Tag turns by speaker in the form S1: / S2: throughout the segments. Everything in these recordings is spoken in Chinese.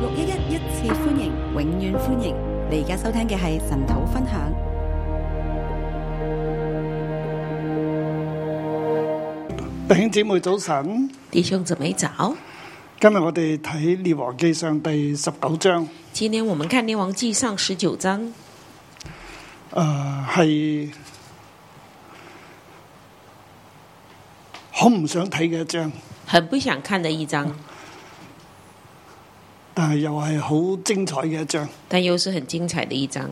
S1: 六一一一次歡迎，永遠歡迎！你而家收聽嘅係神土分享。
S2: 弟兄姊妹早晨，
S3: 弟兄姊妹早，
S2: 今日我哋睇《列王記上》第十九章，
S3: 今天我们看《列王记上》十九章，
S2: 诶、係好唔想睇嘅一章，
S3: 很不想看的一章，
S2: 但係又係好精彩嘅一章。
S3: 但又是很精彩的一章。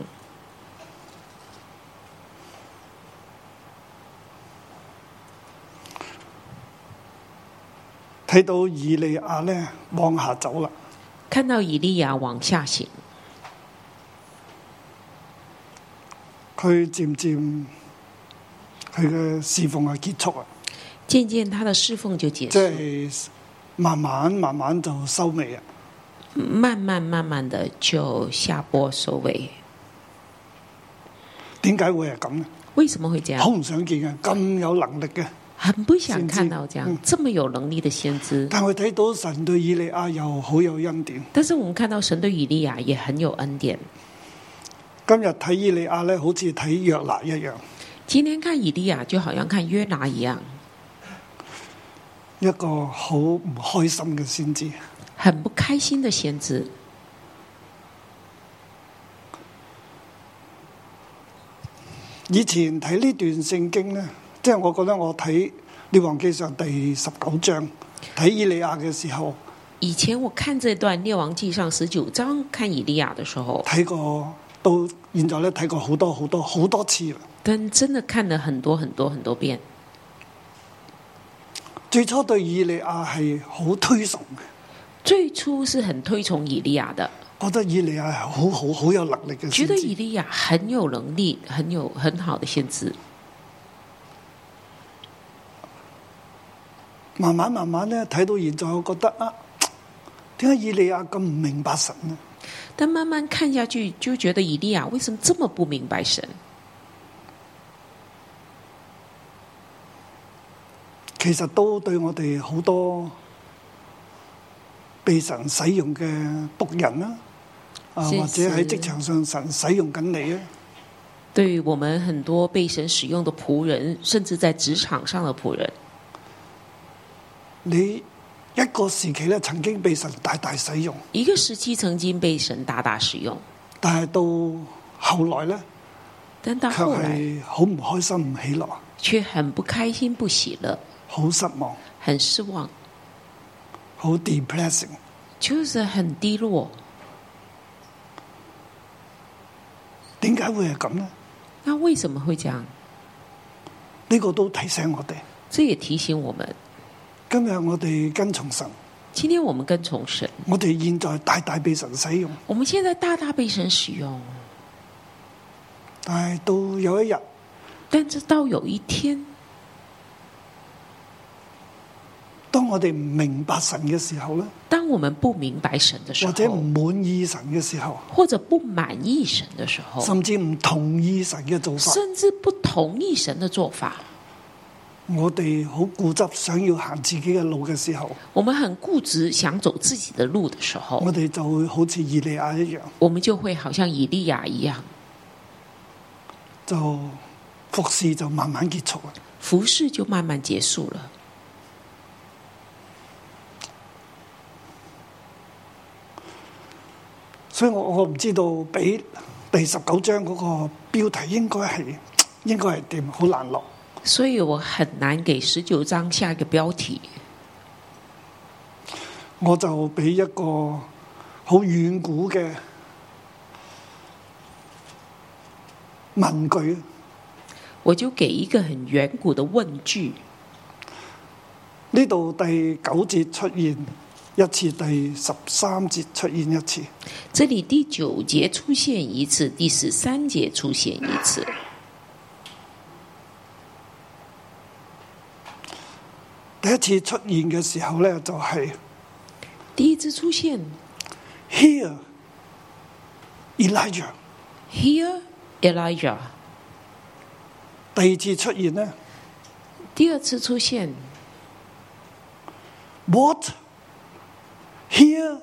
S2: 睇到以利亞呢往下走啦，
S3: 看到以利亚往下行，
S2: 佢漸漸佢嘅侍奉係結束啦，
S3: 渐渐他的侍奉就结
S2: 即
S3: 束，
S2: 係慢慢慢慢就收尾啊。
S3: 慢慢慢慢的就下播收尾。
S2: 點解會係咁呢？
S3: 为什么会这
S2: 好
S3: 样？
S2: 唔想見嘅，咁有能力嘅，
S3: 很不想看
S2: 先
S3: 到
S2: 知
S3: 这样
S2: 嗯
S3: 这么有能力的先知，
S2: 但我睇到神對以利亞又好有恩典。
S3: 但是我们看到神对以利亚也很有恩典。
S2: 今日睇以利亞咧，好似睇約拿一樣，
S3: 今天看以利亚就好像看约拿一样，
S2: 一個好唔開心嘅先知。
S3: 很不开心的先知。
S2: 以前睇呢段聖經咧，即係我覺得我睇《列王記上》第十九章睇以利亞嘅時候，
S3: 以前我看这段《列王记上》十九章，看以利亚的时候，
S2: 睇過到現在咧睇過好多好多好多次啦。
S3: 但真的看了很多很多很多遍。
S2: 最初對以利亞係好推崇嘅，
S3: 最初是很推崇以利亚的，
S2: 覺得以利亞係好好好有能力嘅
S3: 觉
S2: 先
S3: 得以
S2: 知。
S3: 利亚很有能力，很有很好的先知。
S2: 慢慢慢慢咧睇到現在，我覺得啊，點解以利亞咁唔明白神呢？
S3: 但慢慢看下去，就觉得以利亚为什么这么不明白神？
S2: 其實都對我哋好多被神使用嘅仆人啦，啊
S3: 是
S2: 或者喺
S3: 是
S2: 職場上神使用緊你啊，
S3: 对于我们很多被神使用的仆人，甚至在职场上的仆人，
S2: 你一個時期咧曾經被神大大使用，
S3: 一个时期曾经被神大大使用，
S2: 但係到後來咧
S3: 但到
S2: 卻
S3: 后来
S2: 係好唔開心、唔喜樂、
S3: 却很不开心、不喜乐、
S2: 好失望、
S3: 很失望，
S2: 好 depressing。
S3: 就是很低落。
S2: 點解會係咁呢？
S3: 那为什么会这样？
S2: 呢、個都提醒我哋，
S3: 这也提醒我们，
S2: 今日我哋跟從神，
S3: 今天我们跟从神，
S2: 我哋現在大大被神使用，
S3: 我们现在大大被神使用，
S2: 但係到有一日。
S3: 但直到有一天，
S2: 當我哋唔明白神嘅時候咧，
S3: 当我们不明白神的时
S2: 或
S3: 候，
S2: 者唔滿意神嘅時候，
S3: 或者不满意神的时候，
S2: 甚至唔同意神嘅做法，
S3: 甚至不同意神的做法，
S2: 我哋好固執，想要行自己嘅路嘅時候，
S3: 我们很固执，想走自己的路的时候
S2: 我，哋就會好似以利亞一樣，
S3: 我们就会好像以利亚一样，
S2: 就服侍就慢慢結束啦。
S3: 服饰就慢慢结束了。
S2: 所以我我唔知道俾第十九章嗰個標題應該係應該係點，好難落。
S3: 所以我很难给十九章下一个标题，
S2: 我就俾一個好遠古嘅問句。
S3: 我就给一个很远古的问句。
S2: 呢度第九節出現一次，第十三節出現一次。
S3: 这里第九节出现一次，第十三节出现一次。
S2: 第一次出現嘅時候呢，就係、
S3: 第一次出现
S2: Here Elijah。
S3: here Elijah，
S2: 第二次出現呢
S3: 第二次出现
S2: w h a t Here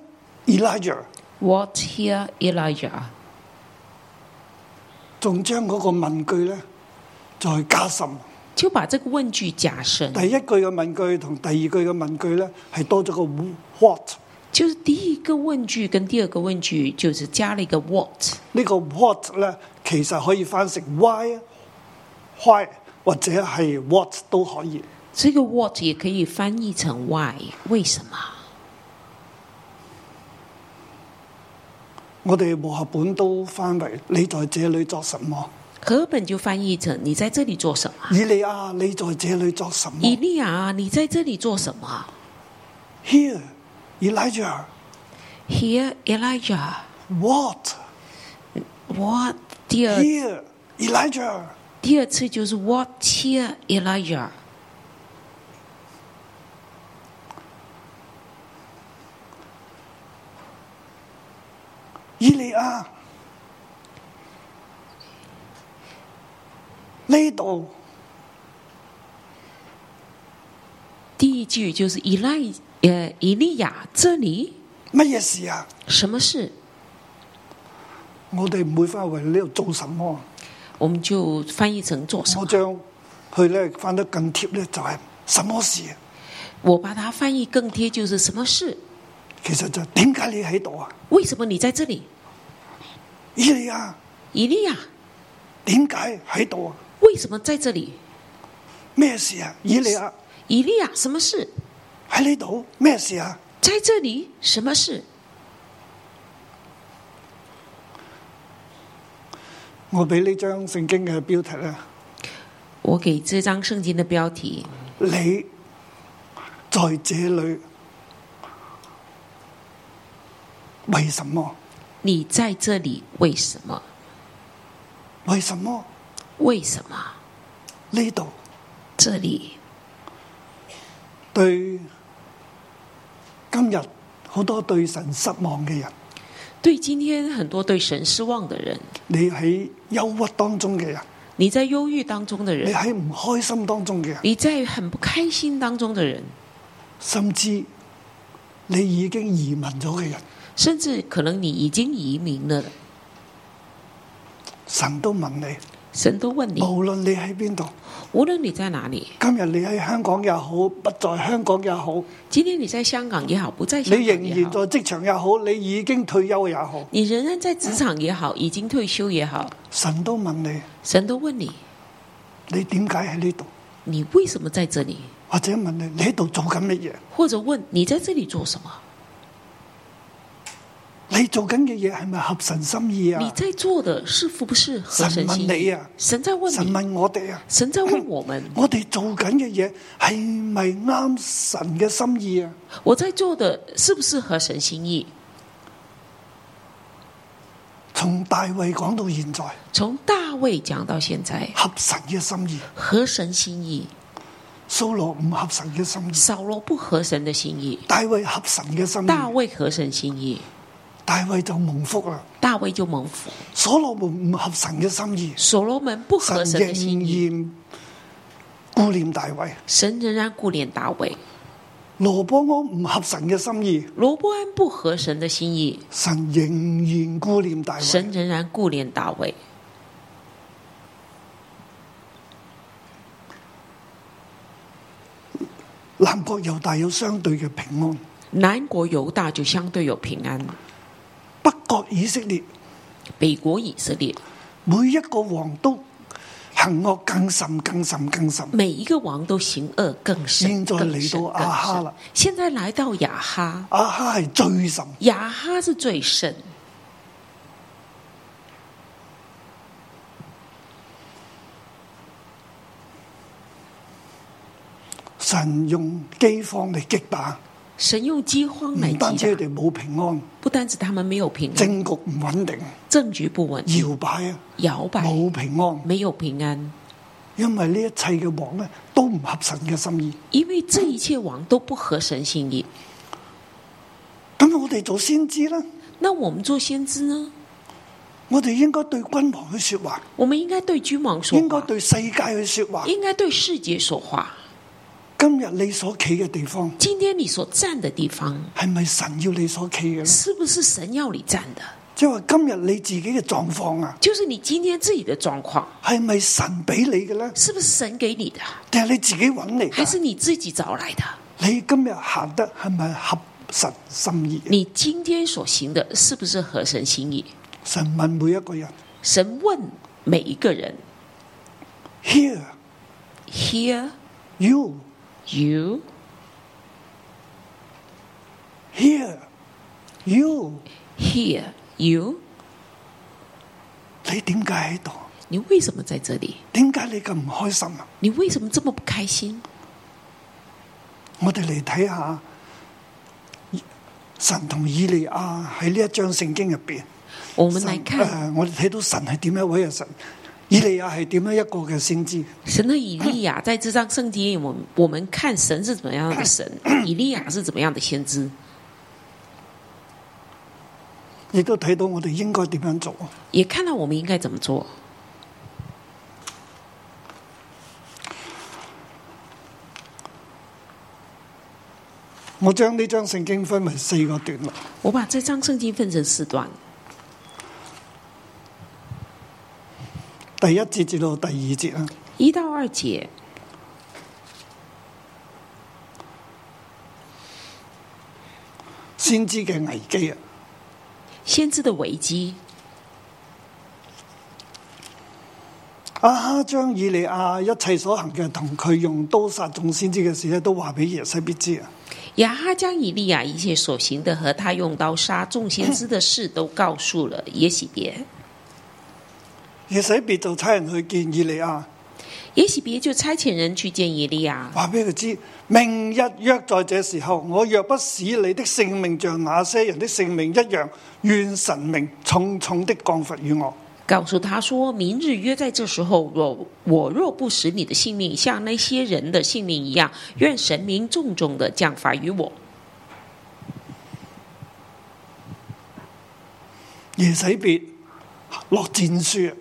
S2: Elijah
S3: What here Elijah？
S2: 仲將嗰個問句咧再加深，
S3: 就把這個問句加深，
S2: 第一句嘅問句同第二句嘅問句咧係多咗個 what。
S3: 就是第一個問句跟第二個問句就是加了一個 what。
S2: 呢個 what 咧，其實可以翻成 why、why 或者係 what 都可以。
S3: 這個 what 也可以翻譯成 why，為什麼？
S2: 我哋和合本都翻為你在這裏作什麼？
S3: 和本就翻譯成你在這裡做什麼？
S2: 以利亞，你在這裏作什麼
S3: 以利亞，你在這裡做什麼
S2: ？Here, Elijah,
S3: ？Here Elijah。
S2: what?
S3: What？第二
S2: Here, Elijah。
S3: 第二次就是 What here Elijah？
S2: 以利亞，呢度
S3: 第一句就是以利呃以利亞這裡
S2: 乜嘢事啊？
S3: 什麼事？
S2: 我哋唔會翻為呢度做什麼。
S3: 我們就翻譯成做什
S2: 我
S3: 麼。
S2: 將佢咧翻得更貼咧，就係、什麼事啊？
S3: 我把它翻譯更貼，就是什麼事？
S2: 其實就係點解你喺度啊？
S3: 為什麼你在這裡？
S2: 以利亞，
S3: 以利亞，
S2: 點解喺度啊？
S3: 為什麼在這裡？
S2: 咩事啊？以利亞
S3: 以利亞，什麼事？
S2: 喺呢度咩事啊？
S3: 在這裡，什麼事？
S2: 我俾呢張聖經嘅標題咧，
S3: 我給這張聖經的標題：
S2: 你在這裏為什麼？
S3: 你在這裡為什麼？
S2: 為什麼
S3: 為什麼？
S2: 呢度
S3: 這裡
S2: 對今日好多對神失望嘅人，
S3: 對今天很多對神失望的人，
S2: 你喺憂鬱當中嘅人，
S3: 你在憂鬱當中的
S2: 你
S3: 人，
S2: 喺唔開心當中嘅人。
S3: 你在很不開心當中的人，
S2: 甚至你已經移民咗嘅人，
S3: 甚至可能你已經移民了，
S2: 神都問你，
S3: 神都問你，
S2: 無論你喺邊度，
S3: 無論你在哪裡，
S2: 今日你喺香港也好，不在香港也好，
S3: 今天你在香港也好，不在
S2: 你
S3: 香
S2: 仍
S3: 港也
S2: 然在
S3: 好，
S2: 職場也好，你已經退休也好，
S3: 你仍然在職場也好，已經退休也好，
S2: 神都問你，
S3: 神都問你，
S2: 你點解喺呢度？
S3: 你為什麼在這裡？
S2: 或者問你，你喺度做緊乜嘢？
S3: 或者問你在這裡做什麼？
S2: 你做緊嘅嘢係咪合神心意
S3: 你
S2: 啊？
S3: 在做的是不是合神
S2: 神
S3: 心
S2: 問你
S3: 意
S2: 啊？
S3: 神在問
S2: 神
S3: 你，
S2: 問我哋啊，
S3: 神在問我 們，
S2: 我哋做緊嘅嘢係咪啱神嘅心意啊？
S3: 我在做的是不是合神心意？
S2: 從大衛講到現在，
S3: 從大衛講到現在，
S2: 合神嘅心意，
S3: 合神心意，
S2: 掃羅唔合神嘅心意。
S3: 掃羅不合神的心意，
S2: 大衛合神嘅心
S3: 大
S2: 意，
S3: 衛合神心意，
S2: 大衛就蒙福啦。
S3: 大衛就蒙福。
S2: 所羅門唔合神嘅心意，
S3: 所羅門不
S2: 神
S3: 合神的
S2: 啊
S3: 心意，
S2: 仍然顧念大衛。
S3: 神仍然顧念大衛。
S2: 羅波安唔合神嘅心意，
S3: 羅伯安不合神的心意，
S2: 神仍然顧念大
S3: 神
S2: 衛。
S3: 仍然顧念大衛。
S2: 南國猶大有相對嘅平安，
S3: 南國猶大就相對有平安，
S2: 北國以色列
S3: 北國以色列
S2: 每一個王都行惡更甚、更甚、更甚。
S3: 每一個王都行惡更
S2: 現
S3: 深，
S2: 在
S3: 更
S2: 嚟
S3: 深
S2: 到亞哈啦
S3: 更深現在來到亞哈，
S2: 亞哈係最甚，
S3: 亞哈是最深。
S2: 神用饑荒嚟擊打，
S3: 神用饑荒來
S2: 唔單
S3: 擊
S2: 止佢
S3: 打，
S2: 哋冇平安，
S3: 不單止他們沒有平安，
S2: 政局唔穩定，
S3: 政局不穩，
S2: 搖擺啊！
S3: 搖擺，
S2: 冇平安，
S3: 沒有平安，
S2: 因為呢一切嘅王咧都唔合神嘅心意。
S3: 因為這一切王都不合神心意。
S2: 咁我哋做先知啦，
S3: 那我們做先知呢？
S2: 我哋應該對君王去說話，
S3: 我們應該對君王說話，
S2: 應該對世界去說話，
S3: 應該對世界說話，
S2: 今日你所企嘅地方
S3: 今天你所站的地方，
S2: 係咪神要你所企嘅咧？
S3: 是不是神要你站的？
S2: 即係話今日你自己嘅狀況啊，
S3: 就是你今天自己的状况，
S2: 係咪神俾你嘅咧？
S3: 是不是神给你的，
S2: 定係你自己揾嚟
S3: 还是
S2: 㗎？
S3: 你自己找来的？
S2: 你今日行得係咪合神心意啊？
S3: 你今天所行的是不是合神心意？
S2: 神問每一個人
S3: 神问每一个人
S2: ：Here
S3: ：Here
S2: you,
S3: you,
S2: here you，
S3: here you，
S2: 你點解喺度？
S3: 你为什么在这里？
S2: 點解你咁唔開心啊？
S3: 你为什么这么不开心？
S2: 我哋嚟睇下神同以利亞喺呢一章聖經入邊，
S3: 我们
S2: 神
S3: 来看
S2: 呃我哋睇到神係點一位嘅神，以利亞係點樣一個嘅先知。
S3: 神和以利亚在这张圣经里，我们我们看神是怎么样的神，以利亚是怎么样的先知，
S2: 亦都睇到我哋應該點樣做。
S3: 也看到我们应该怎么做。
S2: 我將呢章聖經分為四個段落，
S3: 我把这张圣经分成四段，
S2: 第一節至到第二啊節啦。
S3: 一到二节，
S2: 先知嘅危機啊，
S3: 先知的危机。
S2: 阿哈將以利亞一切所行嘅同佢用刀殺眾先知嘅事咧，都話俾耶西必知啊。
S3: 亚哈将以利亚一切所行的和他用刀杀众先知的事都告诉了耶喜别，
S2: 耶洗別就差人去見以利亞，
S3: 耶喜别就差遣人去见以利亚，
S2: 話俾佢知：明日約在這時候，我若不使你的性命像那些人的性命一樣，願神明重重的降罰與我。
S3: 告诉他说：明日约在这时候，若我若不使你的性命像那些人的性命一样，愿神明重重的降罚于我。
S2: 耶洗別落戰書啊！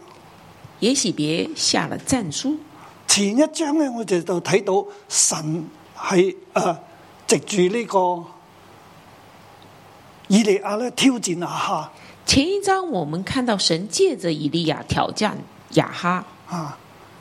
S3: 耶喜别下了战书。
S2: 前一章咧，我哋就睇到神係誒藉住呢個以利亞咧挑戰亞哈
S3: 前一章我们看到神借着以利亚挑战亚哈，
S2: 啊，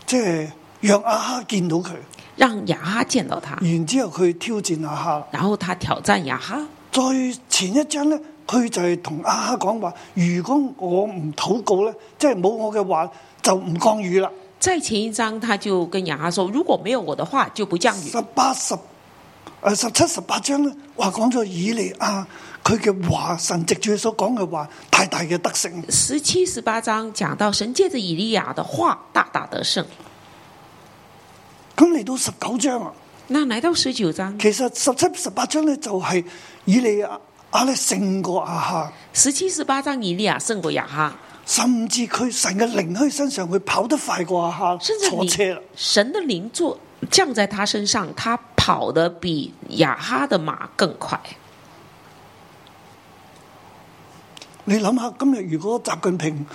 S2: 即係讓亞哈見到佢，
S3: 让亚哈见到他，
S2: 然之後佢挑戰亞哈啦。
S3: 然后他挑战亚哈。
S2: 再前一章咧，佢就係同亞哈講話：如果我唔禱告咧，即係冇我嘅話，就唔降雨啦。
S3: 在前一章，他就跟亚哈说：“如果没有我的话，就不降雨。
S2: 十八十誒十七十八章咧，話講咗以利亞佢嘅話，神藉住佢所講嘅話，大大嘅得勝。”
S3: 十七、十八章讲到神借着以利亚的话大大得胜。
S2: 咁嚟到十九章啊，
S3: 那来到十九章，
S2: 其實十七、十八章咧就係以利亞咧勝過亞哈，
S3: 十七、十八章以利亚胜过亚哈，
S2: 甚至佢神嘅靈喺佢身上，佢跑得快過亞哈，
S3: 甚至
S2: 坐車啦
S3: 你。神的灵坐降在他身上，他跑得比亚哈的马更快。
S2: 你諗下，今日如果習近平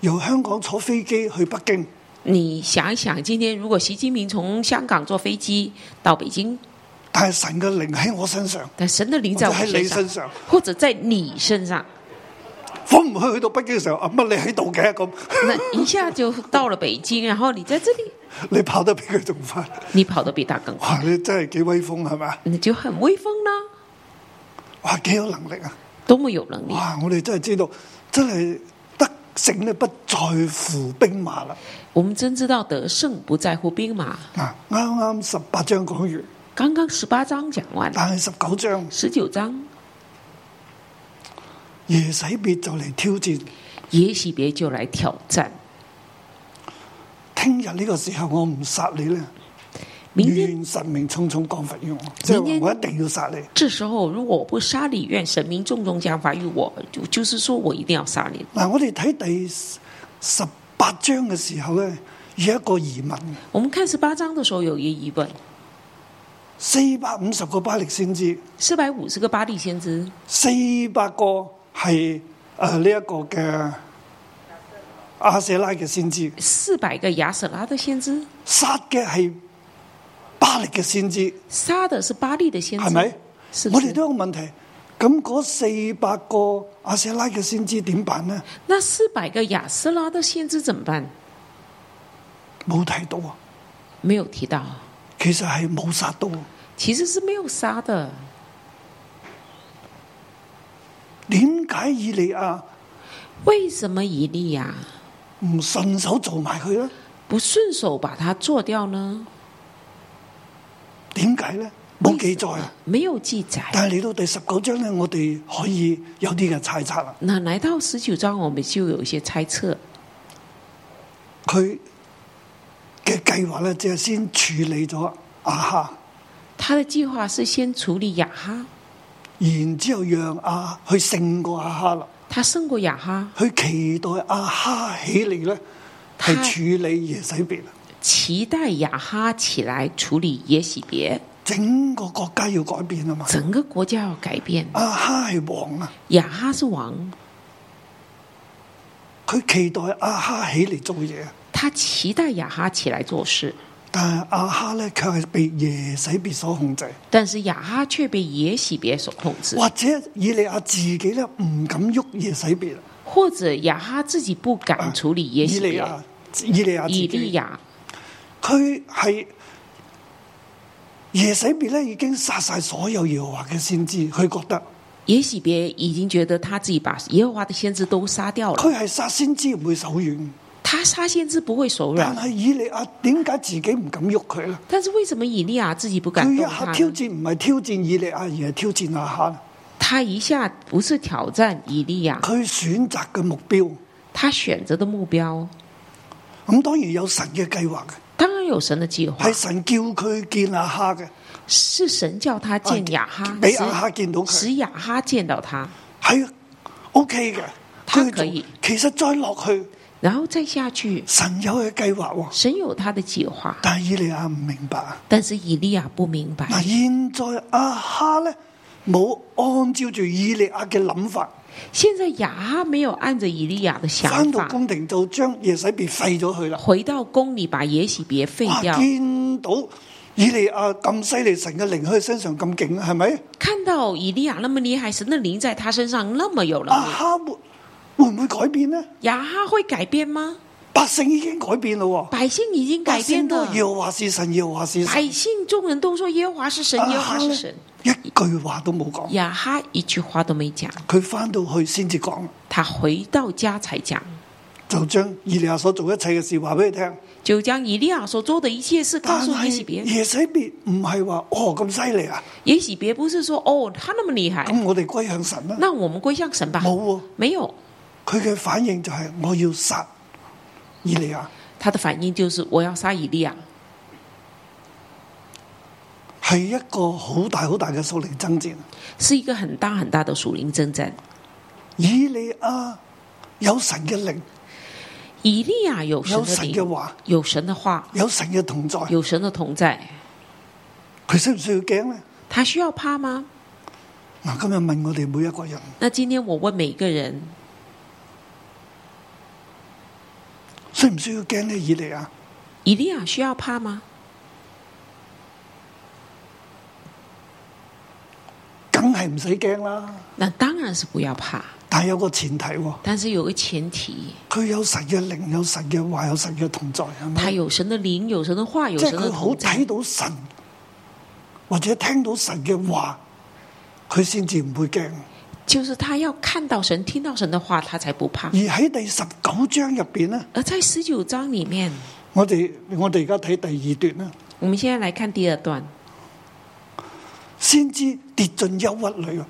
S2: 由香港坐飛機去北京，
S3: 你想一想，今天如果习近平从香港坐飞机到北京，
S2: 但係神嘅靈喺我身上，
S3: 但神的灵
S2: 或
S3: 在
S2: 者
S3: 我
S2: 喺
S3: 身
S2: 哦你身
S3: 上，
S2: 上，
S3: 或者在你身上，
S2: 我唔去去到北京嘅時候，啊乜你喺度嘅咁，
S3: 那一下就到了北京，然后你在这里，
S2: 你跑得比佢仲快，
S3: 你跑得比他更快，
S2: 哇！你真係幾威風係咪啊？
S3: 你就很威风啦，
S2: 哇！幾有能力啊！
S3: 多么有能力！
S2: 哇！我哋真係知道，真係得勝咧，不在乎兵馬啦。
S3: 我们真知道得胜不在乎兵马。
S2: 嗱，啱啱十八章講完，
S3: 刚刚十八章讲完，
S2: 但係十九章
S3: 十九章
S2: 耶洗別就嚟挑戰。
S3: 也喜别就来挑战。
S2: 聽日呢個時候我唔殺你咧，
S3: 明天
S2: 願神明重重降罰於我，即係
S3: 明天
S2: 話我一定要殺你。
S3: 这时候，如果我不杀你，愿神明重重降罚于我。就就是说我一定要杀你。
S2: 嗱，我哋睇第十八章嘅時候咧，有一個疑問：
S3: 我们看十八章的时候有一个疑问：
S2: 四百五十個巴力先知，
S3: 四百五十个巴利先知，
S2: 四百個係诶呢一個嘅阿舍拉嘅先知。
S3: 四百个亚舍拉的先知，
S2: 殺嘅係巴力嘅先知，
S3: 杀的是巴利的先知，
S2: 係啊咪？
S3: 是不
S2: 我哋
S3: 是
S2: 都有問題。咁嗰四百個阿舍拉嘅先知點辦呢？
S3: 那四百个亚斯拉的先知怎么办？
S2: 冇提到啊，
S3: 没有提到，
S2: 其實係冇殺到啊。
S3: 其实是没有杀的。
S2: 點解以利亞
S3: 为什么以利亚
S2: 唔順手做埋佢呢？
S3: 不顺手把它做掉呢？
S2: 點解呢？冇記
S3: 为什
S2: 載
S3: 么
S2: 啊。
S3: 没有记载。
S2: 但係嚟到第十九章呢，我哋可以有啲嘅猜測啊啦。
S3: 那来到十九章，我们就有一些猜测。
S2: 佢嘅計劃呢，只係先處理咗阿哈，
S3: 他的计划是先处理雅哈，
S2: 然之後讓阿去勝過阿哈啦。
S3: 他胜过雅哈，
S2: 佢期待阿哈起嚟呢，係處理耶洗別啊。
S3: 期待雅哈起来处理耶喜别，
S2: 整個國家要改變啊嘛。
S3: 整个国家要改变。
S2: 阿哈係王啊，
S3: 雅哈是王，
S2: 佢期待阿哈起嚟做嘢，
S3: 他期待雅哈起来做事，
S2: 但係阿哈呢，卻係被耶洗別所控制，
S3: 但是雅哈却被耶喜别所控制，
S2: 或者以利亞自己呢，唔敢喐耶洗別。
S3: 或者雅哈自己不敢处理耶
S2: 以
S3: 喜
S2: 利
S3: 别。
S2: 亞，以利亞自
S3: 以利
S2: 己，
S3: 亚
S2: 佢係耶洗別呢已經殺晒所有耶和華嘅先知，佢覺得
S3: 耶喜别已经觉得他自己把耶和华的先知都杀掉了，
S2: 佢係殺先知唔會手軟，
S3: 他杀先知不会手
S2: 但
S3: 软。
S2: 係以利亞點解自己唔敢喐佢呢？
S3: 但是为什么以利亚自己不敢
S2: 佢一
S3: 动
S2: 下
S3: 他
S2: 挑
S3: 呢？
S2: 戰唔係挑戰以利亞，而係挑戰阿哈。
S3: 他一下不是挑战以利亚，
S2: 佢選擇嘅目標，
S3: 他选择的目標
S2: 咁當然有神嘅計劃嘅，
S3: 当然有神的计划
S2: 係，神叫佢見阿哈嘅，
S3: 是神叫他见雅哈，
S2: 俾
S3: 使
S2: 阿哈見到佢
S3: 使雅哈见到他，
S2: 係啊 OK 嘅。
S3: 他
S2: 佢
S3: 可以
S2: 做其實再落去，
S3: 然后再下去，
S2: 神有佢計劃喎，
S3: 神有他的计划，
S2: 但係以利亞唔明白啊。
S3: 但是以利亚不明白。
S2: 嗱，現在阿哈咧冇按照住以利亞嘅諗法，
S3: 现在雅哈没有按着以利亚的想
S2: 翻到
S3: 法，
S2: 宮廷就將耶洗別廢咗佢啦。
S3: 回到宫里把耶洗别废
S2: 哇！
S3: 掉。
S2: 見到以利亞咁犀利，神嘅靈喺佢身上咁勁，啊係咪？
S3: 看到以利亚那么厉害，神的灵在他身上那么有能
S2: 阿
S3: 力，
S2: 哈會會唔會改變呢？
S3: 雅哈会改变吗？
S2: 百姓已經改變咯喎。
S3: 百姓已经
S2: 百
S3: 改
S2: 姓
S3: 变
S2: 都
S3: 了，
S2: 要話是神，要話是神
S3: 百，姓众人都说耶和华是神，
S2: 啊
S3: 耶和华是神。
S2: 一句話都冇講。
S3: 雅哈一句话都没讲，
S2: 佢翻到去先至講，
S3: 他回到家才讲，
S2: 就將以利亞所做一切嘅事話俾佢聽。
S3: 就将以利亚所做的一切事告
S2: 但
S3: 诉耶
S2: 係
S3: 洗别。
S2: 耶洗別唔係話哦咁犀利啊，
S3: 耶洗别不是说哦，他那么厉害，
S2: 咁我哋歸向神啦。
S3: 那我们归向神吧。
S2: 冇喎，
S3: 没有，
S2: 佢嘅反應就係我要殺以利亞，
S3: 他的反应就是我要杀以利亚，
S2: 係一個好大好大嘅數靈爭戰。
S3: 是一个很大很大的属灵征战。
S2: 以利亞有神嘅靈，
S3: 以利亚有神
S2: 有
S3: 的
S2: 神嘅
S3: 灵，
S2: 話，
S3: 有神的话，
S2: 有神嘅同在，
S3: 有神的同在，
S2: 佢需唔需要驚呢？
S3: 他需要怕吗？
S2: 嗱，今日問我哋每一個人，
S3: 那今天我问每个人，
S2: 需唔需要驚呢？以利亞？
S3: 以利亚需要怕吗？
S2: 梗係唔使驚啦。
S3: 那当然是不要怕，
S2: 但係有個前提喎，
S3: 但是有个前提，
S2: 佢有神嘅靈，有神嘅話，有神嘅同在，係
S3: 他
S2: 咪？
S3: 有神的灵，有神的话，有
S2: 即
S3: 神
S2: 係
S3: 的
S2: 佢好
S3: 同在
S2: 睇。到神，或者聽到神嘅話，佢先至唔會驚。
S3: 就是他要看到神、听到神的话，他才不怕
S2: 而。喺第十九章入邊呢，
S3: 而在十九章里面，
S2: 我哋我哋而家睇第二段啦，
S3: 我们现在来看第二段，
S2: 先知跌進憂鬱裏啊。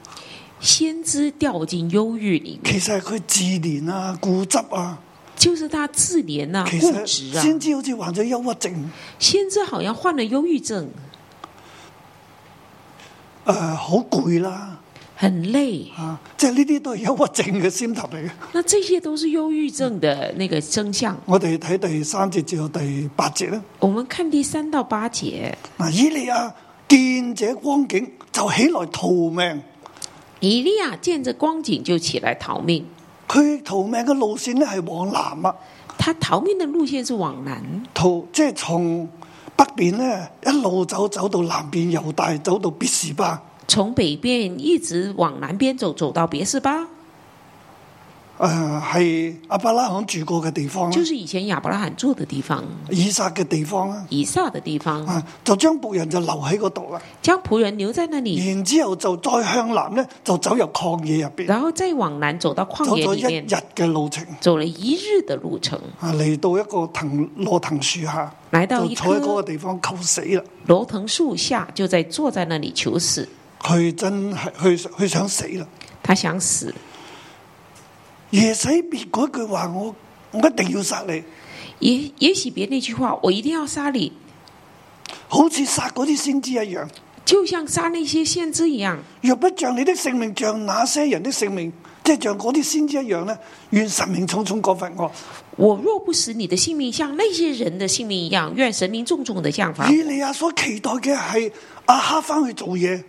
S3: 先知掉进忧郁里面，
S2: 其實係佢自憐啊、固執啊。
S3: 就是他自怜呐、
S2: 其
S3: 固执
S2: 實
S3: 啊。
S2: 先知好似患咗憂鬱症，
S3: 先知好像患了忧郁症，
S2: 誒呃好攰啦，
S3: 很累。
S2: 啊，即係呢啲都係憂鬱症嘅先頭嚟嘅。
S3: 那这些都是忧郁症的那个真相。
S2: 我哋睇第三節至到第八節啦。
S3: 我们看第三到八节，
S2: 嗱，以利亞見這光景就起來逃命，
S3: 以利亚见着光景就起来逃命。
S2: 佢逃命嘅路線咧係往南啊，
S3: 他逃命的路线是往南，
S2: 逃即係從北邊咧一路走走到南邊猶大，走到別是巴。
S3: 从北边一直往南边走，走到别是巴，
S2: 哦誒係呃阿伯拉罕住過嘅地方啦
S3: 就，是以前亚伯拉罕住的地方，
S2: 以撒嘅地方啦，
S3: 以撒的地方，
S2: 啊就將仆人就留喺嗰度啦。
S3: 将仆人留在那里，
S2: 然之後就再向南咧，就走入曠野入邊，
S3: 然后再往南走到旷
S2: 走
S3: 野
S2: 咗
S3: 里
S2: 一
S3: 面
S2: 日，嘅路程，
S3: 走了一日的路程，
S2: 啊嚟到一個藤羅藤樹下，
S3: 来到
S2: 就
S3: 一
S2: 坐喺嗰個
S3: 棵
S2: 地方求死啦。
S3: 罗藤树下，就在坐在那里求死。
S2: 佢真係佢佢想死啦。
S3: 他想死，
S2: 耶洗別嗰句話，我我一定要殺你，
S3: 也也许别那句话，我一定要杀你，
S2: 好似殺嗰啲先知一樣。
S3: 就像杀那些先知一样。
S2: 若不像你的性命，像那些人的性命，即係像嗰啲先知一樣咧，願神命重重降罰我。
S3: 我若不使你的性命像那些人的性命一样，愿神明重重的降罚。
S2: 以利亞所期待嘅係阿哈翻去做嘢，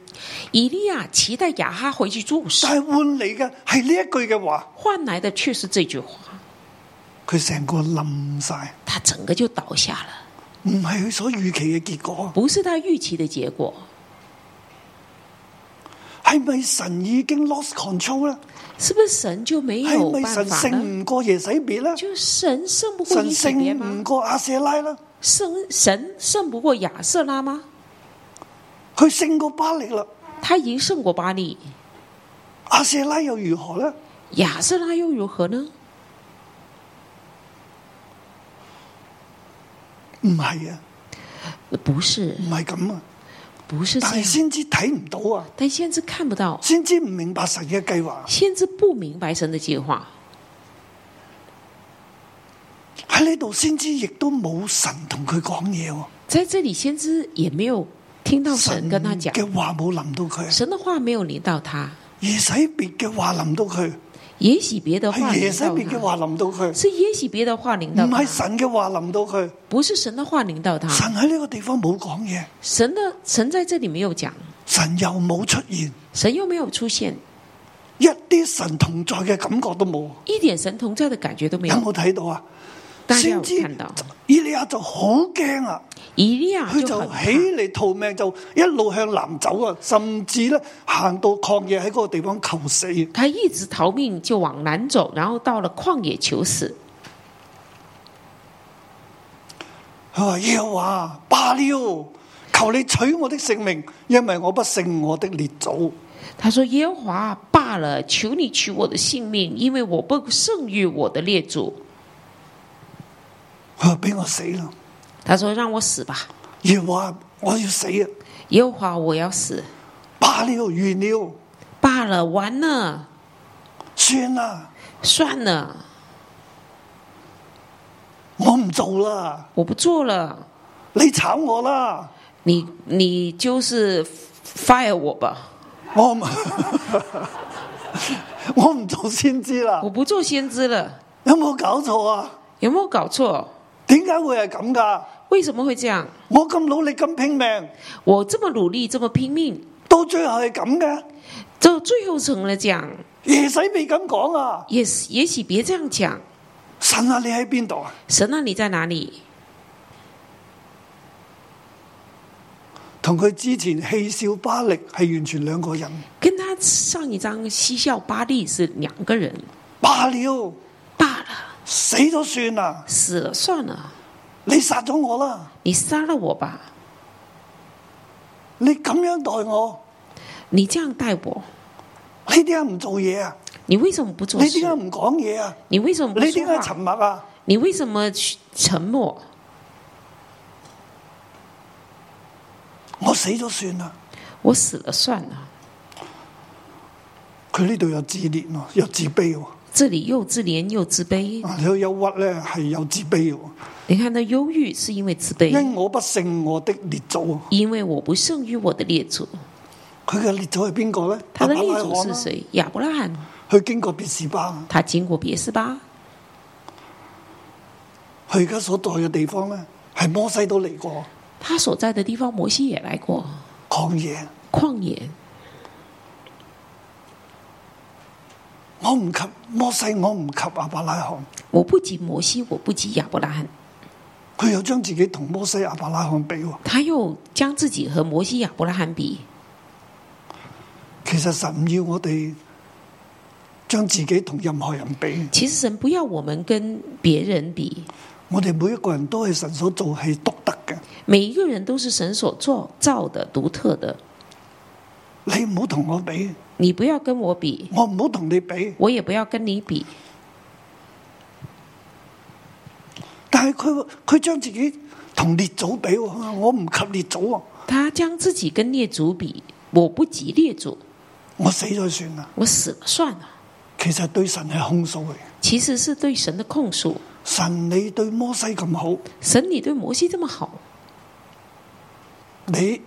S3: 以利亚期待亚哈回去做事，
S2: 但係換嚟嘅係呢一句嘅話，
S3: 换来的却是这句话，
S2: 佢成個冧晒，
S3: 他整个就倒下了，
S2: 唔係佢所預期嘅結果。
S3: 不是他预期的结果。
S2: 係咪神已經 lost control 咧？
S3: 是不是神就没
S2: 係
S3: 有
S2: 咪
S3: 办
S2: 神
S3: 法呢？
S2: 勝唔過耶洗別咧？
S3: 就神胜不过
S2: 神
S3: 以色列
S2: 勝唔
S3: 吗？
S2: 過阿舍拉啦，
S3: 神神胜不过亚瑟拉吗？
S2: 佢勝過巴力啦。
S3: 他已经胜过巴利，
S2: 阿舍拉又如何呢？
S3: 亚瑟拉又如何呢？
S2: 唔係啊，
S3: 不是
S2: 唔，係咁啊。
S3: 不是这
S2: 但係
S3: 样。
S2: 先知睇唔到啊，
S3: 但先知看不到，
S2: 先知唔明白神嘅計劃。
S3: 先知不明白神的计划，
S2: 喺呢度，先知亦都冇神同佢講嘢喎，
S3: 在这里先知也没有听到神跟他讲，
S2: 嘅話冇臨到佢，
S3: 神的话没有临到他。
S2: 耶洗別嘅話臨到佢，
S3: 也许别的话
S2: 係哎耶
S3: 临
S2: 洗
S3: 到
S2: 別嘅
S3: 他，
S2: 話臨到佢，
S3: 是也许别的话临到
S2: 唔
S3: 他，
S2: 係神嘅話臨到佢。
S3: 不是神的话临到他。
S2: 神喺呢個地方冇講嘢，
S3: 神的神在这里没有讲，
S2: 神又冇出現，
S3: 神又没有出现，
S2: 一啲神同在嘅感覺都冇。
S3: 一点神同在的感觉都没
S2: 有
S3: 有。
S2: 冇睇到啊？
S3: 大家
S2: 先
S3: 有
S2: 知
S3: 看到，
S2: 以利亞就好驚啊！
S3: 以利亚
S2: 佢
S3: 就
S2: 就
S3: 很怕
S2: 起嚟逃命，就一路向南走啊，甚至咧行到曠野喺嗰個地方求死。
S3: 他一直逃命，就往南走，然后到了旷野求死。
S2: 佢話：耶和華罢了，求你取我的性命，因為我不勝我的列祖。
S3: 他说：“耶和华罢了，求你取我的性命，因为我不胜于我的列祖。
S2: 佢話：俾我死啦！”
S3: 他说：“让我死吧，
S2: 耶和華，我要死啊！
S3: 耶和华，我要死。
S2: 罢了，完了，
S3: 罢了，完了，
S2: 算啦，
S3: 算了，
S2: 我唔做啦，
S3: 我不做了。
S2: 你炒我啦，
S3: 你你就是 fire 我吧，
S2: 我唔 我唔做先知啦
S3: 我。不做先知了。
S2: 有冇搞錯啊？
S3: 有没有搞错？
S2: 點解會係咁㗎？
S3: 为什么会这样？
S2: 我咁努力咁拼命，
S3: 我这么努力，这么拼命，
S2: 到最後係咁嘅。
S3: 这最后成了这样。
S2: 耶洗未咁講啊！
S3: 也许也许别这样讲，
S2: 神啊，你喺邊度啊？
S3: 神啊，你在哪里？
S2: 同佢之前氣笑巴力係完全兩個人。
S3: 跟他上一张嬉笑巴利是两个人，
S2: 罢了，
S3: 罢了，
S2: 死咗算啦，
S3: 死了算了，
S2: 你殺咗我啦，
S3: 你杀了我吧，
S2: 你咁樣待我，
S3: 你這樣待我，
S2: 你點解唔做嘢啊？
S3: 你為什麼不做
S2: 你點解
S3: 事？
S2: 唔講嘢啊？
S3: 你為什麼不
S2: 你點
S3: 說
S2: 解
S3: 話
S2: 沉？默啊？
S3: 你為什麼沉默？
S2: 我死咗算啦。
S3: 我死了算了。
S2: 佢呢度有自憐喎，有自卑喎，
S3: 这里又自憐又自卑，
S2: 啊，有憂鬱咧係有自卑喎，
S3: 你看那憂鬱是因為自
S2: 因
S3: 卑，
S2: 我不勝我的列祖。
S3: 因為我不勝於我的列祖。
S2: 佢嘅列祖係邊個咧？
S3: 他的
S2: 阿伯
S3: 列
S2: 拉
S3: 祖
S2: 罕
S3: 是
S2: 啦
S3: 誰？亞伯拉罕。
S2: 佢經過別是巴，啊
S3: 他經過別是巴，
S2: 佢而家所在嘅地方咧，係摩西都嚟過
S3: 他所在的地方摩西也來過
S2: 曠野。
S3: 曠野。
S2: 我唔及摩西，我唔及阿伯拉罕。
S3: 我不及摩西，我不及亞伯拉罕。
S2: 佢又將自己同摩西、亞伯拉罕比喎。
S3: 他又将自己和摩西、亚伯拉罕比。
S2: 其實神唔要我哋將自己同任何人比，
S3: 其实神不要我们跟别人比，
S2: 我哋每一個人都係神所做，係獨特嘅。
S3: 每一个人都是神所做造的、独特的。
S2: 你唔好同我比，
S3: 你不要跟我比，
S2: 我唔好同你比。
S3: 我也不要跟你比。
S2: 但係佢佢將自己同列祖比喎，佢話我唔及列祖啊，
S3: 他将自己跟列祖比，我不及列祖，
S2: 我死咗算啦。
S3: 我死了算了。
S2: 其實對神係控訴嚟嘅。
S3: 其实是对神的控诉。
S2: 神你對摩西咁好，
S3: 神，你对摩西这么好，
S2: 你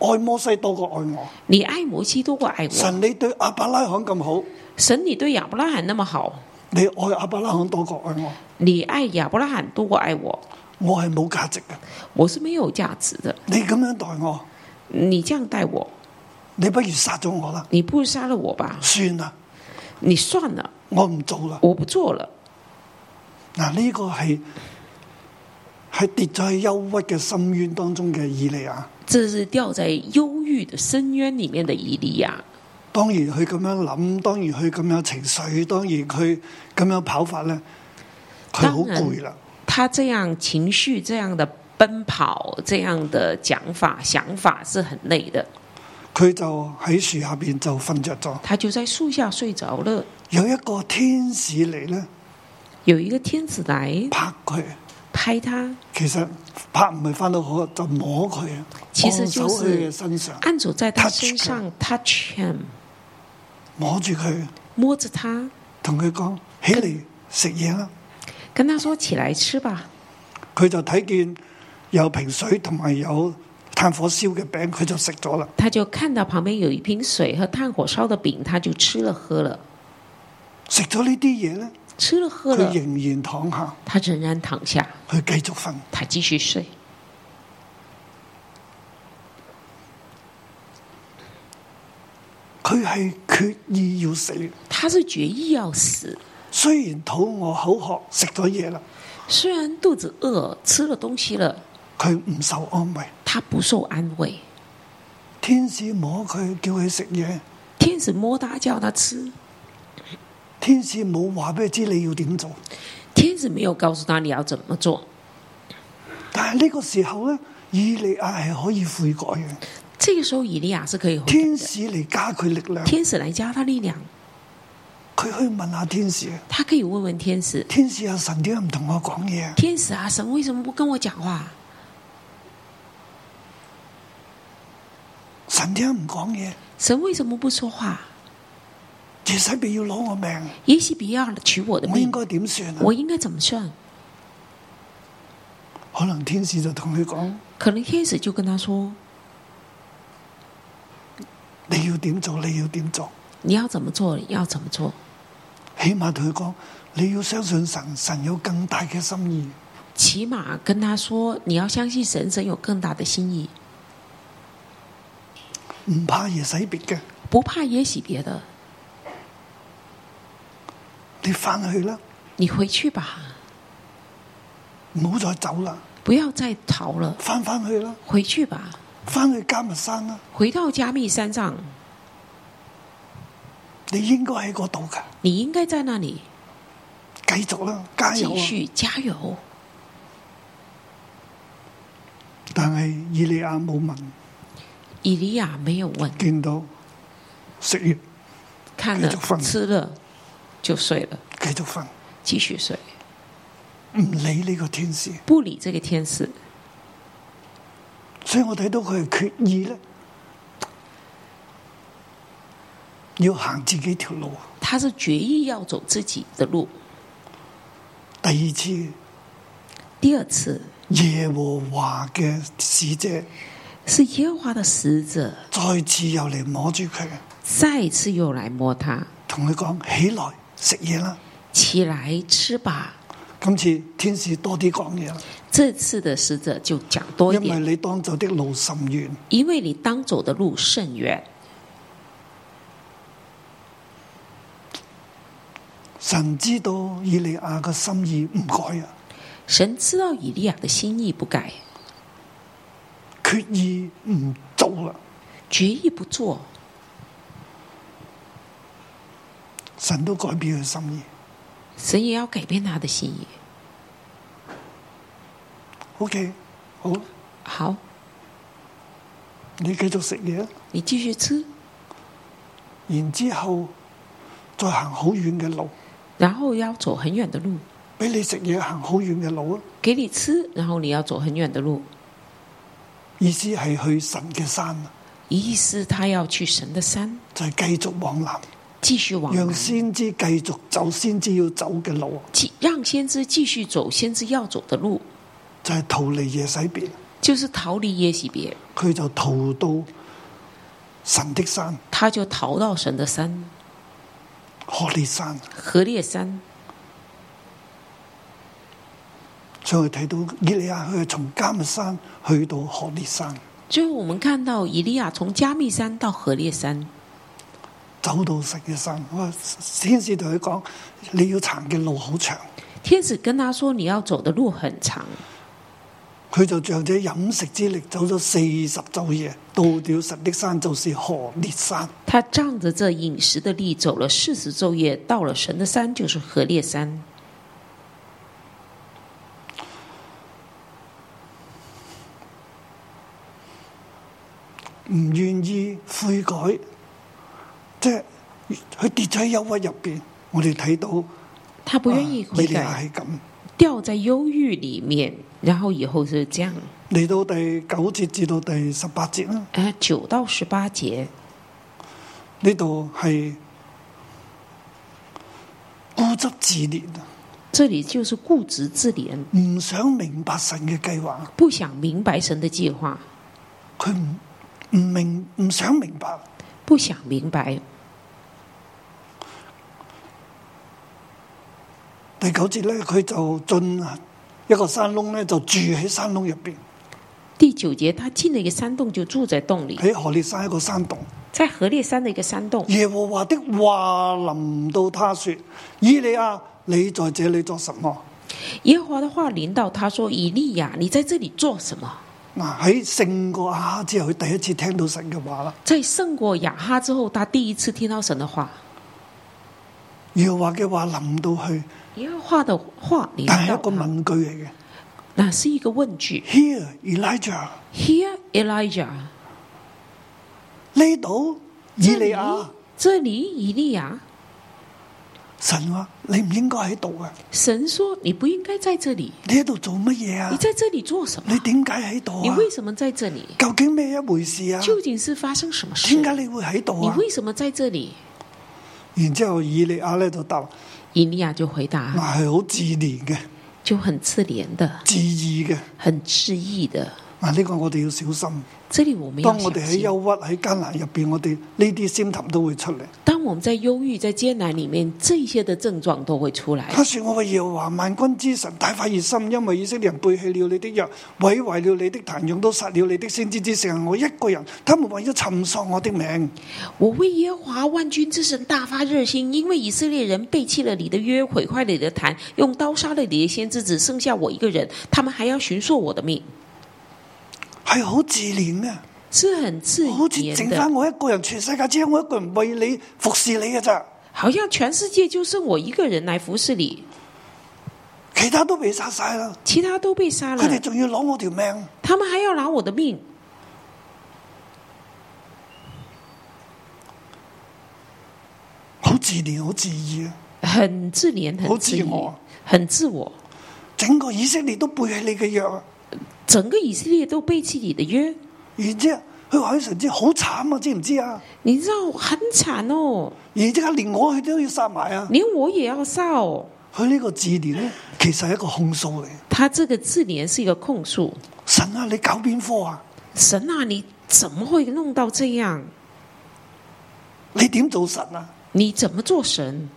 S2: 愛摩西多過愛我。
S3: 你爱摩西多过爱我。
S2: 神你對亞伯拉罕咁好，
S3: 神，你对亚伯拉罕那么好，
S2: 你愛亞伯拉罕多過愛我。
S3: 你爱亚伯拉罕多过爱我，
S2: 我係冇價值嘅，
S3: 我是没有价值的。
S2: 你咁樣待我，
S3: 你这样待我，
S2: 你不如殺咗我啦，
S3: 你不如杀了我吧。
S2: 算啦，
S3: 你算了，
S2: 我唔做啦。
S3: 我不做了。
S2: 嗱，呢個係係跌咗喺憂鬱嘅深淵當中嘅以利亞。
S3: 这是掉在忧郁的深渊里面的以利亚。
S2: 當然佢咁樣諗，當然佢咁樣情緒，當然佢咁樣跑法咧，佢好
S3: 當然
S2: 攰啦。
S3: 他这样情绪、这样的奔跑、这样的讲法、想法是很累的。
S2: 佢就喺樹下邊就瞓着咗。
S3: 他就在树下睡着了。
S2: 有一個天使嚟咧
S3: 有一个天使来
S2: 拍佢，
S3: 拍他，
S2: 其實拍唔係翻到好，就摸佢啊，
S3: 其實就
S2: 按手
S3: 是
S2: 佢嘅身上，
S3: 按手在他
S2: Touch
S3: 身上，touch him，
S2: 摸住佢，
S3: 摸着他，
S2: 同佢講起嚟食嘢啦。
S3: 跟他说：“起来吃吧。
S2: 佢就睇見有瓶水同埋有炭火燒嘅餅，佢就食咗啦。”
S3: 他就看到旁边有一瓶水和炭火烧的饼，他就吃了喝了，
S2: 食咗呢啲嘢咧，
S3: 吃了喝
S2: 佢
S3: 了，
S2: 仍然躺下，
S3: 他仍然躺下，
S2: 佢繼續瞓。
S3: 他继续睡。
S2: 佢係決意要死，
S3: 他是决意要死，
S2: 雖然肚餓口渴，食咗嘢啦，
S3: 虽然肚子饿，吃了东西了，
S2: 佢唔受安慰。
S3: 他不受安慰。
S2: 天使摸佢，叫佢食嘢。
S3: 天使摸他，叫他吃。
S2: 天使冇話俾佢知你要點做，
S3: 天使没有告诉他你要怎么做，
S2: 但係呢個時候咧，以利亞係可以悔改嘅。
S3: 这个时候以利亚是可以回答
S2: 天
S3: 的。
S2: 使嚟加佢力量，
S3: 天使来加他力量，
S2: 佢去問下天使，啊
S3: 他可以问问天使：
S2: 天使啊，神點解唔同我講嘢啊？
S3: 天使啊，神为什么不跟我讲话？
S2: 神點解唔講嘢？
S3: 神为什么不说话？
S2: 耶洗別要攞我命，
S3: 耶西比要取我的
S2: 我應
S3: 命，
S2: 該點算啊？
S3: 我應該怎么算？
S2: 可能天使就同佢講：
S3: 可能天使就跟他说：
S2: 你要點做？你要點做？
S3: 你要怎么做，要怎么做。
S2: 起碼同佢講，你要相信神，神有更大嘅心意。
S3: 起码跟他说，你要相信神，神有更大的心意，
S2: 唔怕耶洗別嘅，
S3: 不怕耶洗别的，
S2: 你翻去啦，
S3: 你回去吧，
S2: 唔好再走啦，
S3: 不要再逃了，
S2: 翻翻去啦，
S3: 回去吧，
S2: 翻去加密山啊啦，
S3: 回到加密山上，
S2: 你應該喺嗰度噶，
S3: 你应该在那里
S2: 繼續啦，加油
S3: 继
S2: 啊！
S3: 续加油。
S2: 但係以利亞冇問，
S3: 以利亚没有问，
S2: 見到食完
S3: 看
S2: 继续放
S3: 了吃了就睡了，
S2: 繼續瞓，
S3: 继续睡，
S2: 唔理呢個天使，
S3: 不理这个天使。
S2: 所以我睇到佢係決意咧，要行自己條路。
S3: 他是决意要走自己的路。
S2: 第二次
S3: 第二次
S2: 耶和華嘅使者
S3: 是耶和华的使者
S2: 再次又嚟摸住佢，
S3: 再次又来摸他，
S2: 同佢講起來食嘢啦。
S3: 起来吃吧。
S2: 今次天使多啲講嘢啦，
S3: 这次的使者就讲多一
S2: 因為
S3: 点，
S2: 你當走的路甚遠，
S3: 因为你当走的路甚远，
S2: 神知道以利亞嘅心意唔改啊，
S3: 神知道以利亚的心意不改，
S2: 決意唔做啊啦。
S3: 决意不做，
S2: 神都改變佢心意，
S3: 神也要改变他的心意。
S2: OK，好，
S3: 好，
S2: 你繼續食嘢啊，
S3: 你继续吃，
S2: 然之後再行好遠嘅路，
S3: 然后要走很远的路，
S2: 俾你食嘢行好遠嘅路啊！
S3: 给你吃，然后你要走很远的路。
S2: 意思係去神嘅山啊，
S3: 意思他要去神的山，
S2: 就係、繼續往南，
S3: 继续往
S2: 讓
S3: 南，
S2: 先知繼續走先知要走嘅路啊，
S3: 继让先知继续走先知要走的路，
S2: 就係、逃離耶洗別。
S3: 就是逃离耶洗别，
S2: 佢就逃到神的山
S3: 他就逃到神的山
S2: 何烈山，
S3: 何烈山。
S2: 所以我睇到以利亞佢係從加密山去到何烈山，
S3: 最后我们看到以利亚从加密山到何烈山，
S2: 走到神嘅山。我天使同佢講：你要行嘅路好長。
S3: 天使跟他说：“你要走的路很长。
S2: 佢就仗着飲食之力走咗四十晝夜，到了神的山就是何烈山。”
S3: 他仗着这饮食的力，走了四十昼夜，到了神的山，就是何烈山。
S2: 唔願意悔改，即係佢跌咗喺憂鬱入邊。我哋睇到
S3: 他不愿意
S2: 啊以
S3: 悔
S2: 利亞
S3: 改，
S2: 係咁。
S3: 掉在忧郁里面，然后以后是这样。
S2: 嚟到第九節至到第十八節啦，
S3: 呃，九到十八节，
S2: 呢度係固執自憐啊，
S3: 这里就是固执自怜，
S2: 唔想明白神嘅計劃，
S3: 不想明白神的计划，
S2: 佢唔唔明唔想明白，
S3: 不想明白。
S2: 第九節咧，佢就進一個山窿咧，就住喺山窿入邊，
S3: 第九节，他进了一个山洞，就住在洞里，
S2: 喺何烈山一個山洞。
S3: 在何烈山的一个山洞。
S2: 耶和華的話臨到他說：以利亞，你在這裡做什麼？
S3: 耶和华的话临到他说：“以利亚，你在这里做什么
S2: 嗱，喺勝過亞哈之後，佢第一次聽到神嘅話啦。？”
S3: 在胜过雅哈之后，他第一次听到神的话。
S2: 耶和華嘅話臨到去，
S3: 耶和华的话临
S2: 但係
S3: 到
S2: 一個
S3: 他，
S2: 問句嚟嘅。
S3: 那是一个问句。
S2: Here Elijah，
S3: Here Elijah，
S2: 呢度以利亞，
S3: 这里以利亚，
S2: 神話你唔應該喺度啊！
S3: 神说：“你不应该在这里，
S2: 你喺度做乜嘢
S3: 你
S2: 啊？
S3: 在这里做什么
S2: 你？點解喺度
S3: 你
S2: 啊？
S3: 为什么在这里？
S2: 究竟咩一回事啊？
S3: 究竟是发生什么事
S2: 點？解你會喺度
S3: 你
S2: 啊？
S3: 为什么在这里
S2: 然之後以利亞咧就答：？”
S3: 以利亚就回答，
S2: 嗱係好自憐嘅、
S3: 就很自怜的，
S2: 自意嘅。
S3: 很质疑的。
S2: 嗱，呢個我哋要小心。
S3: 这里我们要
S2: 當我
S3: 小
S2: 哋喺
S3: 心。
S2: 憂鬱、喺艱難入邊，我哋呢啲先談都會出嚟。
S3: 当我们在忧郁、在艰难里面，这些的症状都会出来。
S2: 他說：我為耶和華萬軍之神大發熱心，因為以色列人背棄了你的約，毀壞了你的壇，用刀殺了你的先知之剩我一個人。他們為咗尋索我的命，
S3: 我为耶和华万军之神大发热心，因为以色列人背弃了你的约，毁坏了你的坛，用刀杀了你的先知，只剩下我一个人，他们还要寻索我的命，
S2: 係好自憐嘅，
S3: 是很自
S2: 好似
S3: 怜
S2: 剩
S3: 的
S2: 哦翻，我一個人，全世界只有我一個人為你服侍你嘅咋，
S3: 好像全世界就剩我一个人来服侍你，
S2: 其他都被殺晒啦。
S3: 其他都被杀
S2: 佢哋
S3: 了，
S2: 仲要攞我條命，
S3: 他们还要拿我的命。
S2: 好自憐，好自義啊！
S3: 很自怜，
S2: 好
S3: 很
S2: 自啊
S3: 自
S2: 我
S3: 我，很自我。
S2: 整個以色列都背棄你嘅約啊！
S3: 整个以色列都背弃你的约，
S2: 然之後佢話俾神知好慘啊，知唔知啊？
S3: 你知道很惨哦，
S2: 而即刻連我佢都要殺埋啊！
S3: 连我也要杀哦。
S2: 佢呢個字典咧，其實係一個控訴嚟。
S3: 他这个自怜是一个控诉，
S2: 神啊，你搞邊科啊？
S3: 神啊，你怎么会弄到这样？
S2: 你點做神啊？
S3: 你怎么做神？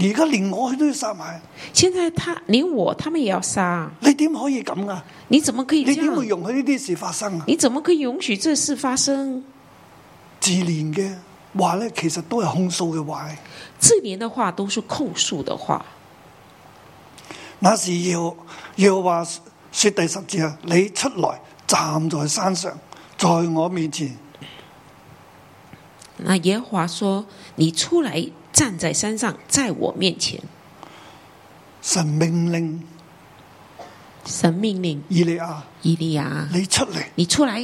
S2: 而家連我佢都要殺埋，
S3: 现在他连我他们也要杀，
S2: 你點可以咁啊？
S3: 你怎么可以
S2: 你
S3: 这
S2: 點會
S3: 样？
S2: 容許呢啲事發生啊？
S3: 你怎么可以允许这事发生？
S2: 自憐嘅話咧，其實都係控訴嘅話嚟。
S3: 自怜的话都是控诉的话，
S2: 那時要要話說第十節啊，你出來站在山上，在我面前。
S3: 那耶和华说：“你出来站在山上，在我面前。
S2: 神命令”
S3: 神命令
S2: 以利亞，
S3: 以利亚，
S2: 你出嚟，
S3: 你出来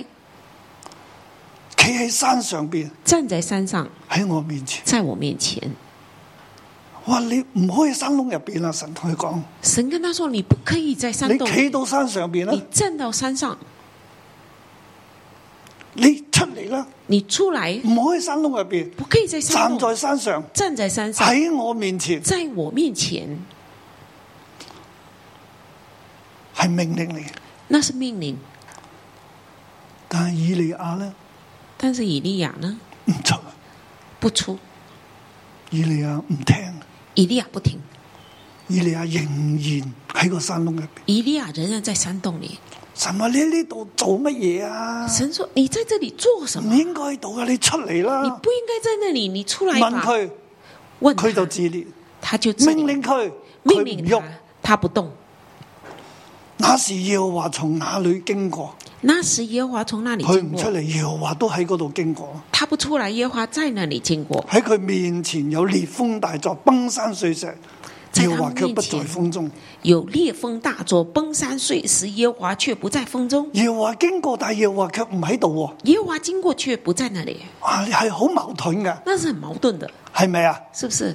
S2: 企喺山上邊
S3: 站在山上，
S2: 喺我面前。
S3: 在我面前。
S2: 哇！你唔可以山窿入邊啊！神同佢講，
S3: 神跟他说：“你不可以在啊山
S2: 你
S3: 洞，
S2: 企到山上啊邊
S3: 你
S2: 啦，
S3: 站到山上，
S2: 你出嚟啦，
S3: 你出来，
S2: 唔可以山窿入邊，
S3: 不可以在山
S2: 站
S3: 洞
S2: 在山上
S3: 站在山上，
S2: 喺我面前
S3: 在我面前。
S2: 係命令嚟嘅。”
S3: 那是命令，
S2: 但係以利亞咧
S3: 但是以利亚呢
S2: 唔出，
S3: 不出，
S2: 以利亞唔聽，
S3: 以利亚不听，
S2: 以利亞仍然喺個山窿入邊。
S3: 以利亚仍然在山洞里。
S2: 神話你喺呢度做乜嘢啊？
S3: 神说：“你在这里做什
S2: 唔
S3: 么？
S2: 應該喺度啊！你出嚟
S3: 你
S2: 啦！
S3: 不应该在那里，你出来
S2: 問
S3: 吧。
S2: 佢，”
S3: 问他
S2: 佢就自裂，
S3: 他就自
S2: 命
S3: 己
S2: 令佢，佢
S3: 命
S2: 唔
S3: 令
S2: 喐。
S3: 他，他不动。
S2: 那時耶和華從那裏經過，
S3: 那时耶和华从那里
S2: 佢
S3: 经
S2: 唔出
S3: 过，
S2: 嚟，耶和華都喺嗰度經過。
S3: 他不出来，耶和华在那里经过，
S2: 喺佢面前有烈風大作，崩山碎石，
S3: 在
S2: 耶
S3: 他
S2: 和華卻不
S3: 面
S2: 在
S3: 前
S2: 風中。
S3: 有烈风大作，崩山碎石，耶和华却不在风中。
S2: 耶和華經過，但係耶和華卻唔喺度喎。
S3: 耶和华经过却不在那里，
S2: 啊，係好矛盾嘅，
S3: 那是很矛盾的，
S2: 係咪啊？
S3: 是不是？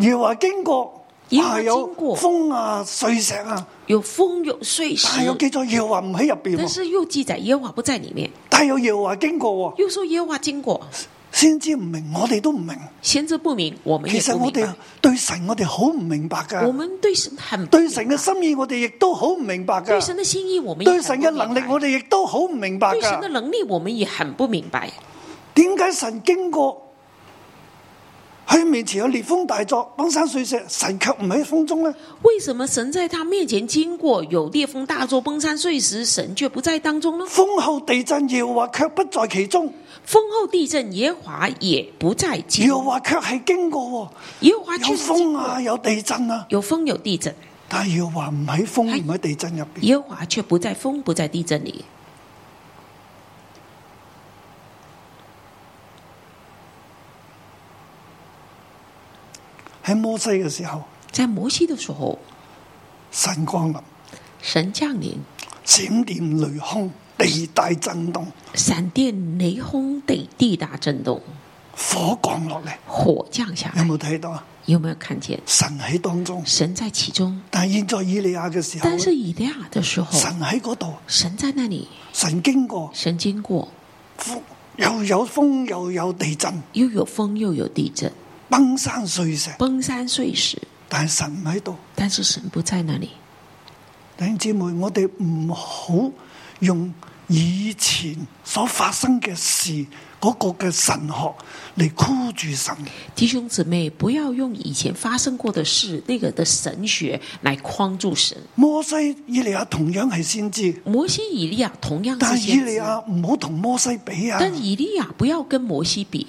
S2: 耶和華經過，
S3: 耶和華
S2: 啊有
S3: 經過
S2: 風啊、碎石啊，
S3: 有风有碎石
S2: 但，係有記載耶和華唔喺入邊
S3: 但
S2: 喎，
S3: 是又记载耶和华不在里面，
S2: 但係有耶和華經過喎，
S3: 又说耶和华经过，
S2: 先知唔明，我哋都唔明。
S3: 先知不明，我们
S2: 其
S3: 也
S2: 實
S3: 不
S2: 我
S3: 明
S2: 哋
S3: 白。
S2: 對神，我哋好唔明白
S3: 我
S2: 㗎。
S3: 们对神很不
S2: 對
S3: 明
S2: 神
S3: 白
S2: 嘅心意，我哋亦都好唔明白
S3: 对
S2: 㗎。
S3: 神的心意，我们也
S2: 對神
S3: 很
S2: 嘅
S3: 不
S2: 能力
S3: 明，白
S2: 我哋亦都好唔明白
S3: 对神的
S2: 㗎。
S3: 能力，我们也很不明白。
S2: 點解神經過喺面前有烈風大作、崩山碎石，神卻唔喺風中呢？
S3: 为什么神在他面前经过，有烈风大作、崩山碎石，神却不在当中呢？
S2: 風後地震，耶和華卻不在其中。
S3: 风后地震，耶和华也不在其
S2: 耶和
S3: 中。
S2: 華卻係經過喎。
S3: 耶和华
S2: 有
S3: 却是经
S2: 風
S3: 过
S2: 啊，有地震啊，
S3: 有风有地震，
S2: 但係耶和華唔喺風
S3: 係
S2: 唔喺地震入邊，
S3: 耶和华却不在风不在地震里。
S2: 喺摩西嘅時候，
S3: 在摩西的时候，
S2: 神光臨，
S3: 神降临，
S2: 閃電雷轟，地大震動，
S3: 闪电雷轰，地地大震动，
S2: 火降落嚟，
S3: 火降下
S2: 有
S3: 来。
S2: 冇睇到啊？
S3: 有没有看见
S2: 神喺當中，
S3: 神在其中？
S2: 但係現在以利亞嘅時候
S3: 但
S2: 咧，
S3: 是以利亚的时候，
S2: 神喺嗰度，
S3: 神在那里，
S2: 神經過，
S3: 神经过，
S2: 風又有風又有地震，
S3: 又有风又有地震，
S2: 崩山碎石，
S3: 崩山碎石，
S2: 但係神唔喺度。
S3: 但是神不在那里。
S2: 弟兄姊妹，我哋唔好用以前所發生嘅事嗰、個嘅神學嚟箍住神。
S3: 弟兄姊妹，不要用以前发生过的事那个的神学来框住神。
S2: 摩西、以利亞同樣係先知，
S3: 摩西、以利亚同样
S2: 但
S3: 是
S2: 係以
S3: 先
S2: 利
S3: 知，
S2: 亞唔好同摩西比啊！
S3: 但以利亚不要跟摩西比。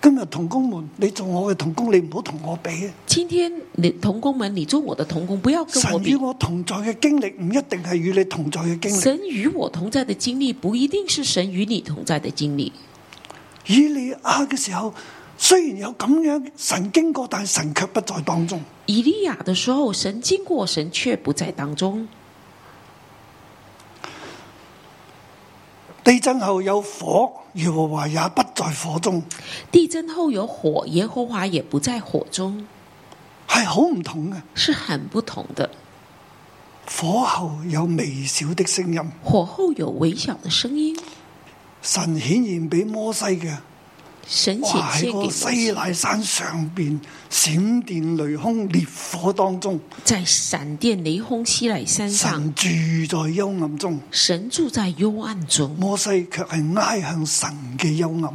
S2: 今日同工們，你做我嘅同工，你唔好同我比啊！
S3: 今天你同工们，你做我的同工，不要跟我
S2: 神與
S3: 比。
S2: 我同在嘅經歷唔一定係與你同在嘅經歷。
S3: 神与我同在的经历，不一定是神与你同在的经历。
S2: 以利亞嘅時候，雖然有咁樣神經過，但係神卻不在當中。
S3: 以利亚的时候，神经过，神却不在当中。
S2: 地震後有火，耶和華也不在火中。
S3: 地震后有火，耶和华也不在火中，
S2: 係好唔同嘅。
S3: 是很不同的。
S2: 火後有微小的聲音，
S3: 火后有微小的声音，
S2: 神顯現俾摩西嘅，
S3: 神显
S2: 哇喺
S3: 现给摩
S2: 個西
S3: 西，
S2: 乃山上邊閃電雷轟烈火當中，
S3: 在闪电雷轰西来山上，
S2: 神住在幽暗中。
S3: 神住在幽暗中，
S2: 摩西卻係挨向神嘅幽暗。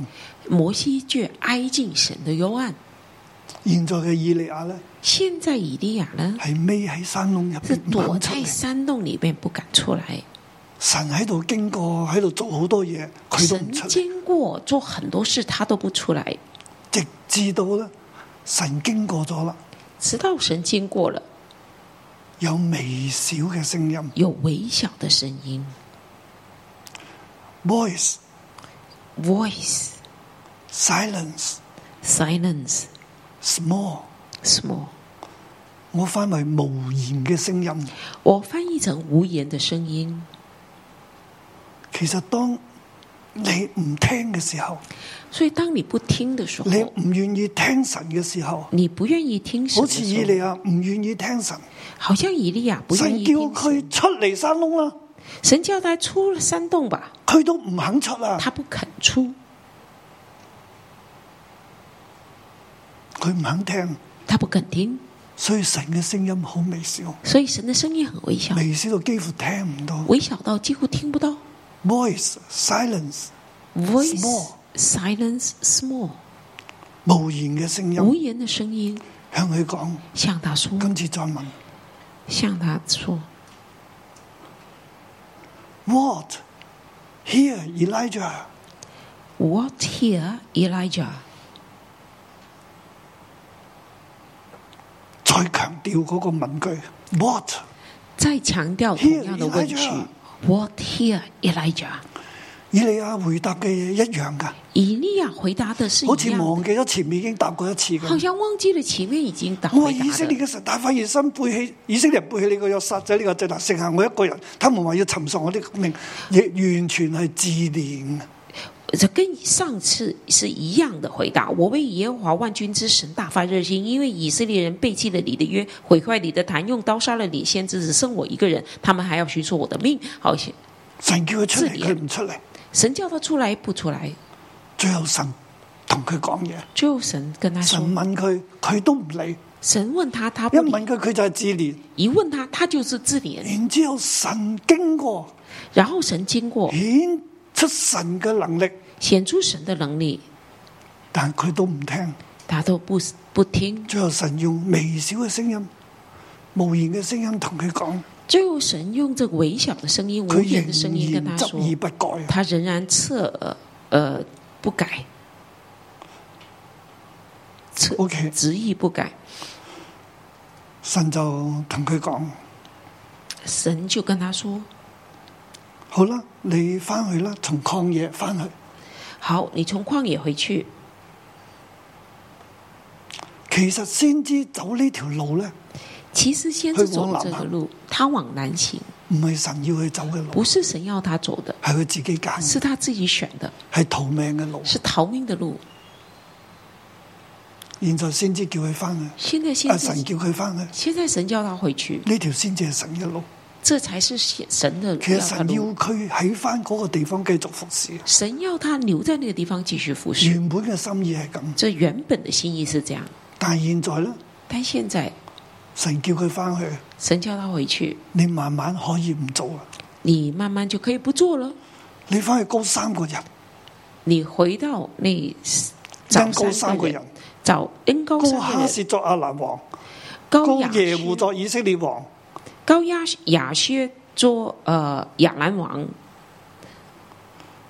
S3: 摩西却挨近神的幽暗。
S2: 現在嘅以利亞呢，
S3: 现在以利亚呢，
S2: 係匿喺山窿入
S3: 是
S2: 邊唔
S3: 躲
S2: 肯出
S3: 在
S2: 嚟。
S3: 山洞里面不敢出来。
S2: 神喺度經過，喺度做好多嘢，佢都
S3: 神
S2: 唔出嚟，
S3: 经过做很多事，他都不出来，
S2: 直至到呢，神經過咗啦，
S3: 直到神经过了，
S2: 有微小嘅聲音
S3: 有微小的声音
S2: （voice
S3: （voice）、
S2: silence
S3: silence、
S2: small）。
S3: small。
S2: 我翻為無言嘅聲音。
S3: 我翻译成无言的声音。
S2: 其實當你唔聽嘅時候，
S3: 所以当你不听的时候，
S2: 你唔願意聽神嘅時候，
S3: 你不愿意听神
S2: 好
S3: 的
S2: 似
S3: 时
S2: 以
S3: 候
S2: 利亞唔願意聽神，
S3: 好像以利亚不愿
S2: 神
S3: 意
S2: 叫
S3: 听神
S2: 佢出嚟山窿啦，
S3: 神叫他出了山洞吧，
S2: 佢都唔肯出啊，
S3: 他不肯出，
S2: 佢唔肯聽，
S3: 他不肯听，
S2: 所以神嘅聲音好微小，
S3: 所以神的声音很微小，
S2: 微小到幾乎聽唔到。
S3: 微小到几乎听不到。
S2: voice silence
S3: Voice
S2: Small
S3: silence small，
S2: 無言嘅聲
S3: 无
S2: 音
S3: 言的声音
S2: 向佢講，
S3: 向他说，
S2: 今次再問
S3: 向他说
S2: what here Elijah
S3: ，What here, Elijah？
S2: 再強調嗰個問句 what
S3: 再强调
S2: Here,
S3: 同样的问句
S2: Elijah.
S3: ，What here, Elijah？
S2: 以利亞回答嘅嘢一樣㗎，
S3: 以利亚回答的是
S2: 好似
S3: 一样
S2: 忘
S3: 的，
S2: 記咗前面已經答過一次
S3: 好
S2: 咁。
S3: 像忘记了前面已经答
S2: 我話
S3: 回答
S2: 以色列
S3: 了。
S2: 嘅神大發熱心背棄以色列人背棄你個約殺仔呢個祭壇，剩下我一個人。他們話要尋索我的命，亦完全係自憐。
S3: 这跟上次是一样的回答。我为耶和华万军之神大发热心，因为以色列人背弃了你的约，毁坏你的坛，用刀杀了你先知，只剩我一个人，他们还要寻索我的命。好，
S2: 神叫佢出
S3: 自
S2: 嚟，
S3: 憐
S2: 佢唔出嚟。
S3: 神叫他出来不出来？
S2: 最後神同佢講嘢，
S3: 最后神跟他
S2: 神
S3: 说，
S2: 問佢，佢都唔理。
S3: 神问他，他
S2: 一
S3: 不理
S2: 問佢，佢就係自憐。
S3: 一问他，他就是自怜。
S2: 然之後神經過
S3: 然后神经过
S2: 顯出神嘅能力，
S3: 显出神的能力，
S2: 但佢都唔聽。
S3: 他都不不听。
S2: 最後神用微小嘅聲音、無言嘅聲音同佢講，
S3: 最后神用这微小的声音、
S2: 佢
S3: 无言的声音
S2: 仍
S3: 跟他
S2: 然
S3: 说
S2: 執，意不改。
S3: 他仍然侧耳呃不改，侧呃
S2: O.K.
S3: 执意不改。
S2: 神就同佢講：
S3: 神就跟他说
S2: 好啦，你翻去啦，從曠野翻去。：“
S3: 好，你从旷野回去。
S2: 其實先知走呢條路呢，”
S3: 其实先知
S2: 他往
S3: 走
S2: 南
S3: 这个
S2: 行
S3: 路，他往南行，
S2: 唔係神要佢走嘅路，
S3: 不是神要他走的，
S2: 係佢自己揀嘅，
S3: 是他自己选的，
S2: 係逃命嘅路。
S3: 是逃命的路。
S2: 現在先知叫佢翻去，
S3: 现在先
S2: 阿
S3: 知，
S2: 啊神叫佢翻去，
S3: 现在神叫他回去，
S2: 呢條先至係神嘅路。
S3: 这才是神的
S2: 其實
S3: 要他
S2: 神要
S3: 路。
S2: 佢喺翻嗰個地方繼續服侍，
S3: 神要他留在那个地方继续服侍，
S2: 原本嘅心意係咁，
S3: 这原本的心意是这样，
S2: 但係現在呢，
S3: 但现在
S2: 神叫佢翻去，
S3: 神叫他回去，
S2: 你慢慢可以唔做啦。
S3: 你慢慢就可以不做了。
S2: 你翻去高三個人，
S3: 你回到那找
S2: 因高三個
S3: 个
S2: 人，，
S3: 找恩高
S2: 高
S3: 三个
S2: 哈
S3: 人，
S2: 薛作亞蘭王，
S3: 高
S2: 高
S3: 雅
S2: 耶
S3: 薛
S2: 户作以色列王，
S3: 高亚雅薛做呃亚兰王，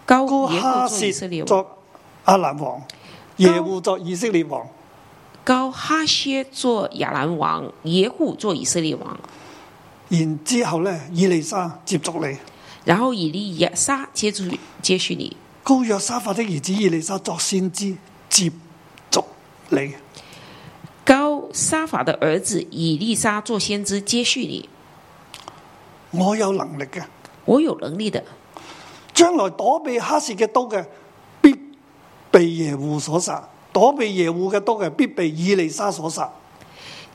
S3: 高
S2: 高
S3: 耶
S2: 哈
S3: 户做以色
S2: 薛
S3: 列王，
S2: 作亞蘭王，耶户作以色列王，
S3: 高哈薛做亚兰王，耶户做以色列王，
S2: 然之後呢，以利沙接續你，
S3: 然后以利亚撒接住接续你，
S2: 高約沙法的兒子以利沙作先知接續你。
S3: 高沙法的儿子以利沙做先知接续你。
S2: 我有能力嘅，
S3: 我有能力的，
S2: 將來躲避哈薛嘅刀嘅，必被耶户所殺；躲避耶户嘅刀嘅，必被以利沙所殺。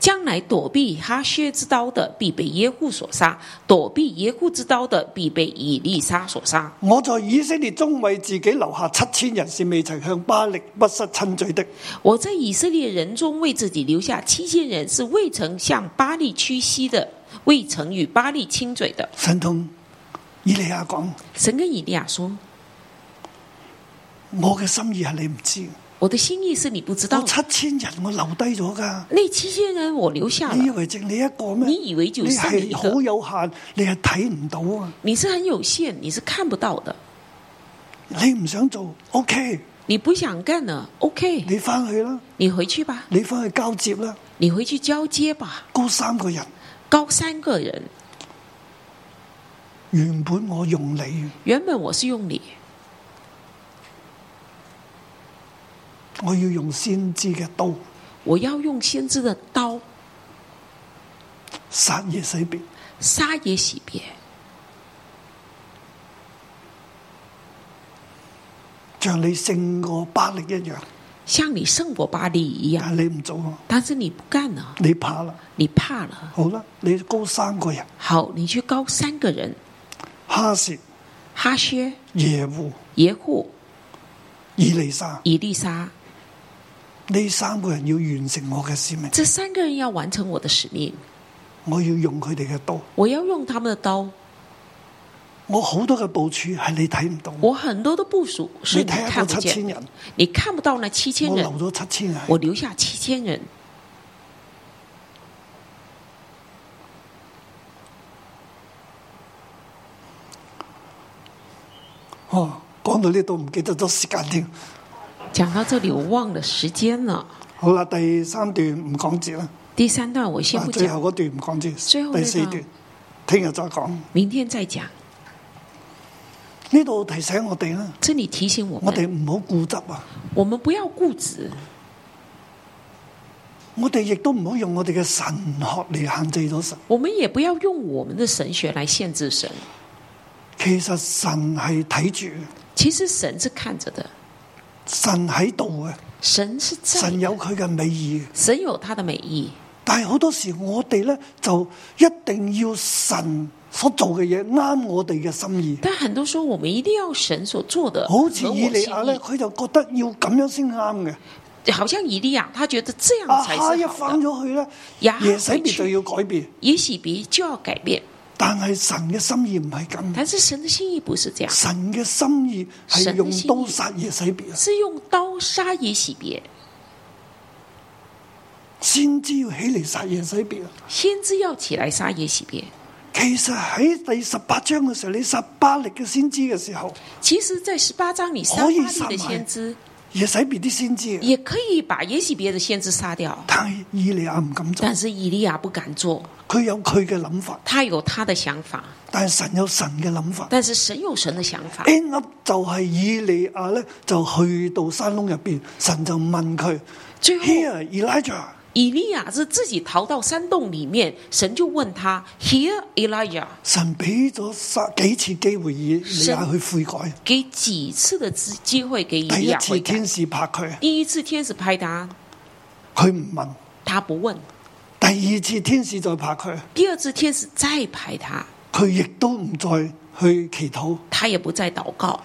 S3: 将来躲避哈薛之刀的，必被耶户所杀；躲避耶户之刀的，必被以利沙所杀。
S2: 我在以色列中為自己留下七千人，是未曾向巴力不失親嘴的。
S3: 我在以色列人中为自己留下七千人，是未曾向巴利屈膝的，未曾与巴利亲嘴的。
S2: 神同以利亞講：
S3: 神跟以利亚说
S2: 我嘅心意係你唔知嘅，：“
S3: 我的心意是你不知道
S2: 我
S3: 的，
S2: 七千人我留低咗㗎。
S3: 那七千人我留下
S2: 你以
S3: 了。
S2: 為淨你一個咩？
S3: 你以为就
S2: 你
S3: 是你
S2: 係
S3: 一
S2: 哎好
S3: 个，
S2: 有限，你係睇唔到啊！
S3: 你是很有限，你是看不到的。
S2: 你唔想做，OK，
S3: 你不想干了，OK，
S2: 你翻去啦，
S3: 你回去吧，
S2: 你翻去交接啦，
S3: 你回去交接吧。
S2: 高三個人，
S3: 高三个人，
S2: 原本我用你，
S3: 原本我是用你，
S2: 我要用先知嘅刀
S3: 我要用先知的刀
S2: 殺耶洗別，
S3: 杀也洗别，
S2: 像你勝過巴力一樣，
S3: 像你胜过巴黎一样。
S2: 但係你唔做啊，
S3: 但是你不干了，
S2: 你怕啦，
S3: 你怕了。
S2: 好啦，你高三個人，
S3: 好，你去高三个人，
S2: 哈薛、
S3: 哈薛、
S2: 耶户、
S3: 耶户、
S2: 以利沙
S3: 以利沙，
S2: 呢三個人要完成我嘅使命，
S3: 这三个人要完成我的使命。
S2: 我要用佢哋嘅刀，
S3: 我要用他们的刀，
S2: 我好多嘅部署係你睇唔到，
S3: 我很多的部署是
S2: 你
S3: 你
S2: 睇
S3: 看
S2: 下
S3: 不
S2: 嗰七
S3: 见
S2: 千
S3: 的，
S2: 人，
S3: 你看不到那七千
S2: 我
S3: 人，
S2: 留咗七千人，
S3: 我留下七千人，
S2: 哦，講到呢度唔記得咗時間添。
S3: 讲到这里，我忘了时间了。
S2: 好啦，第三段唔講字啦，
S3: 第三段我先
S2: 啊
S3: 不
S2: 最
S3: 讲，
S2: 後嗰段唔講
S3: 最後
S2: 字，
S3: 呢
S2: 第四
S3: 段啊
S2: 段聽日再講。
S3: 明天再讲。
S2: 呢度提醒我哋啦，
S3: 这里提醒我
S2: 我
S3: 们，
S2: 哋唔好固執啊，
S3: 我们不要固执，
S2: 我哋亦都唔好用我哋嘅神學嚟限制咗神。
S3: 我们也不要用我们的神学来限制神。
S2: 其實神係睇住嘅，
S3: 其实神是看着的，
S2: 神喺度嘅，
S3: 神是在
S2: 神
S3: 的，
S2: 有佢嘅美意嘅。
S3: 神有他的美意。
S2: 但係好多時我哋咧就一定要神所做嘅嘢啱我哋嘅心意。
S3: 但很多时候，我们一定要神所做的
S2: 好似
S3: 和我
S2: 以利
S3: 心
S2: 亞咧，
S3: 意
S2: 佢就覺得要咁樣先啱嘅。
S3: 好像以利亞，他觉得这
S2: 阿
S3: 样才
S2: 哈一
S3: 是好
S2: 翻
S3: 的。
S2: 咗去咧，
S3: 呀哈
S2: 耶洗
S3: 回
S2: 別就
S3: 去
S2: 要改變。
S3: 也许别就要改变，
S2: 但係神嘅心意唔係咁，
S3: 但是神的心意不是这样，
S2: 神嘅心意係
S3: 神嘅
S2: 用
S3: 心
S2: 刀
S3: 意
S2: 殺耶洗別啊！
S3: 是用刀杀也洗别。
S2: 先知要起嚟殺耶洗別啊！
S3: 先知要起来杀也洗别。
S2: 其實喺第十八章嘅時候，你殺巴力嘅先知嘅時候，
S3: 其实，在十八章里，杀
S2: 可以
S3: 巴利的
S2: 杀埋
S3: 先知
S2: 耶洗別啲先知啊，
S3: 也可以把也许别的先知杀掉，
S2: 但係以利亞唔敢做，
S3: 但是以利亚不敢做，
S2: 佢有佢嘅諗法，
S3: 他有他的想法，
S2: 但係神有神嘅諗法。
S3: 但是神有神的想法。
S2: end up 就係以利亞咧，就去到山窿入邊，神就問佢
S3: 最后，
S2: ：Here Elijah，
S3: 以利亚是自己逃到山洞里面，神就问他：“Here Elijah，
S2: 神俾咗三幾次機會以利亞去悔改。
S3: 给几次的机机会给以
S2: 第
S3: 利
S2: 一
S3: 亚
S2: 次
S3: 悔改
S2: 哎天？使拍佢，
S3: 第一次天使拍他，
S2: 佢唔問；
S3: 他不問；
S2: 第二次天使再拍佢，
S3: 第二次天使再拍他，
S2: 佢亦都唔再去祈禱。
S3: 他也不再祷告。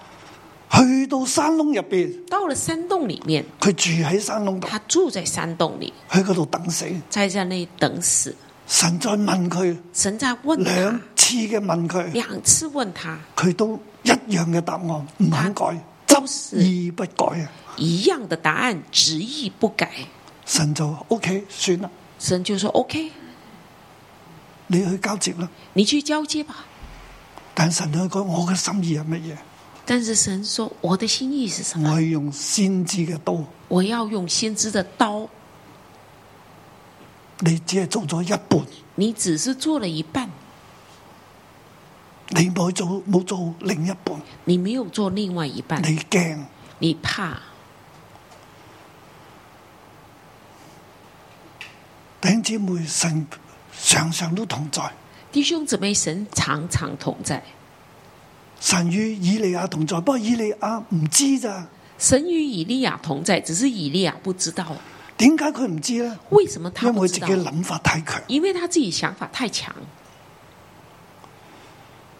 S2: 去到山窿入邊，
S3: 到了山洞里面，
S2: 佢住喺山窿度，
S3: 他住在山洞里，
S2: 喺嗰度等死。
S3: 在在那里等死。
S2: 神再問佢
S3: 神在问
S2: 兩
S3: 他
S2: 次嘅問佢，
S3: 两次，问他
S2: 佢都一樣嘅答案，唔肯改，
S3: 都
S2: 執
S3: 是
S2: 意不改啊！
S3: 一样的答案，执意不改。
S2: 神就 O、k 算啦，
S3: 神就说：“OK，
S2: 你去交接啦。
S3: 你去交接吧。
S2: 但神同佢講：我嘅心意係乜嘢？”
S3: 但是神说：“我的心意是什
S2: 我
S3: 么？
S2: 係用先知嘅刀，
S3: 我要用先知的刀。
S2: 你只係做咗一半，
S3: 你只是做了一半，
S2: 你冇做冇做另一半，
S3: 你没有做另外一半。
S2: 你驚。
S3: 你怕
S2: 弟兄姊妹，神常常都同在，
S3: 弟兄姊妹，神常常同在。
S2: 神與以利亞同在，不過以利亞唔知咋。
S3: 神与以利亚同在，只是以利亚不知道。
S2: 點解佢唔知呢？
S3: 为什么
S2: 因
S3: 他
S2: 為
S3: 不
S2: 佢自
S3: 知
S2: 己啊
S3: 道？
S2: 諗法太強。
S3: 因为他自己想法太强。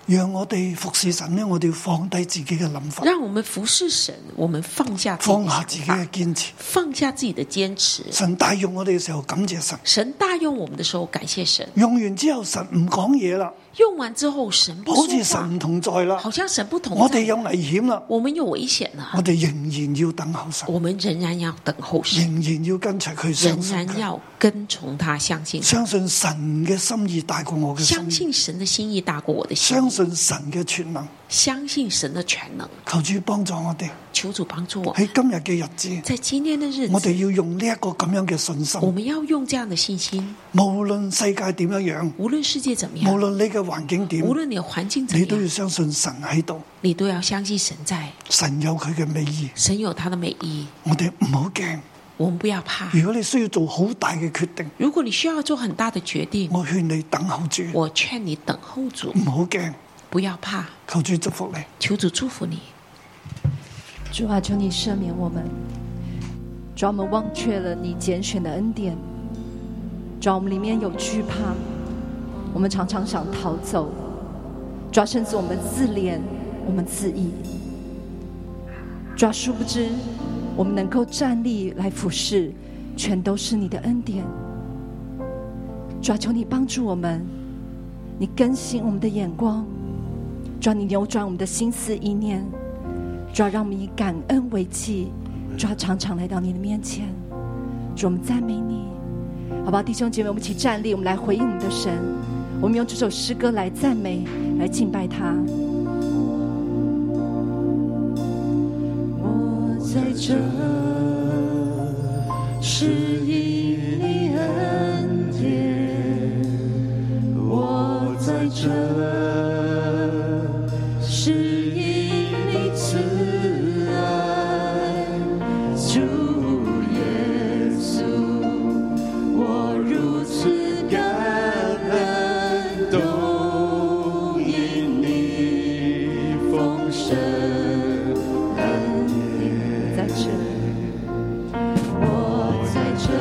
S2: 讓我哋服侍神呢，我哋要放低自己嘅諗法，
S3: 让我们服侍神，我们放下自己
S2: 放
S3: 的
S2: 下
S3: 想
S2: 自己
S3: 法
S2: 嘅，堅持。
S3: 放下自己的坚持。
S2: 神大用我哋嘅時候，感謝神。
S3: 神大用我们的时候，感谢神；
S2: 用完之後，神唔講嘢啦，
S3: 用完之后，神不
S2: 好
S3: 说
S2: 似
S3: 话，
S2: 神唔同在啦
S3: 好。像神不同在。
S2: 我哋有危險啦，
S3: 我们有危险了，
S2: 我哋仍然要等候神，
S3: 我们仍然要等候神，
S2: 仍然要跟隨佢，
S3: 仍
S2: 相信
S3: 然
S2: 佢，
S3: 要跟从他，相信他
S2: 相信神嘅心意大過我嘅
S3: 相
S2: 心意，
S3: 信神的心意大过我的心意
S2: 相信神嘅全能。
S3: 相信神的全能。
S2: 求主幫助我哋。
S3: 求主帮助我，
S2: 喺今日嘅日子，
S3: 在今天的日
S2: 我
S3: 子，
S2: 哋要用呢一個咁樣嘅信心
S3: 我，們要用這樣的信心，
S2: 無論世界點樣樣，
S3: 无论世界怎么
S2: 無
S3: 样，
S2: 論你嘅環境點，
S3: 无论你的环境怎
S2: 你
S3: 么
S2: 都要
S3: 样，
S2: 相信神喺度，
S3: 你都要相信神在，
S2: 神有佢嘅美意，
S3: 神有他的美意，
S2: 我哋唔好驚。
S3: 我们不要怕。
S2: 如果你需要做好大嘅決定，
S3: 如果你需要做很大的决定，
S2: 我勸你等候住，
S3: 我劝你等候主
S2: 唔，好驚，
S3: 不要怕，
S2: 求主祝福你。
S3: 求主祝福你。
S4: 主啊，求你赦免我们，主啊，我们忘却了你拣选的恩典，主啊，我们里面有惧怕，我们常常想逃走，主啊，甚至我们自怜，我们自义，主啊，殊不知我们能够站立来服侍，全都是你的恩典。主啊，求你帮助我们，你更新我们的眼光，主啊，你扭转我们的心思意念。主啊要让我们以感恩为祭，主要常常来到你的面前，主我们赞美你，好不好？弟兄姐妹，我们一起站立，我们来回应我们的神，我们用这首诗歌来赞美，来敬拜他。我在这是因你恩典，我在这是因你慈爱，主耶稣，我如此感恩，都因你丰盛恩典。在这，我在这。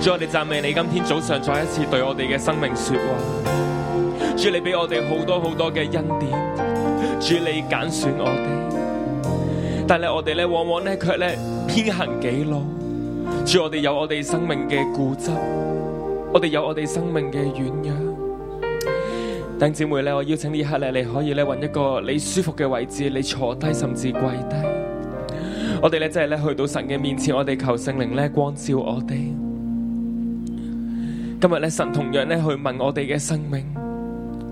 S5: 主，我哋赞美你今天早上再一次对我哋嘅生命说话。主，你俾我哋好多好多嘅恩典，主你拣选我哋，但系我哋咧往往咧却咧偏行己路。主，我哋有我哋生命嘅固执，我哋有我哋生命嘅软弱。弟兄姊妹咧，我邀请呢一刻咧，你可以咧揾一个你舒服嘅位置，你坐低甚至跪低。我哋咧真系咧去到神嘅面前，我哋求圣灵咧光照我哋。今日咧，神同样咧去问我哋嘅生命：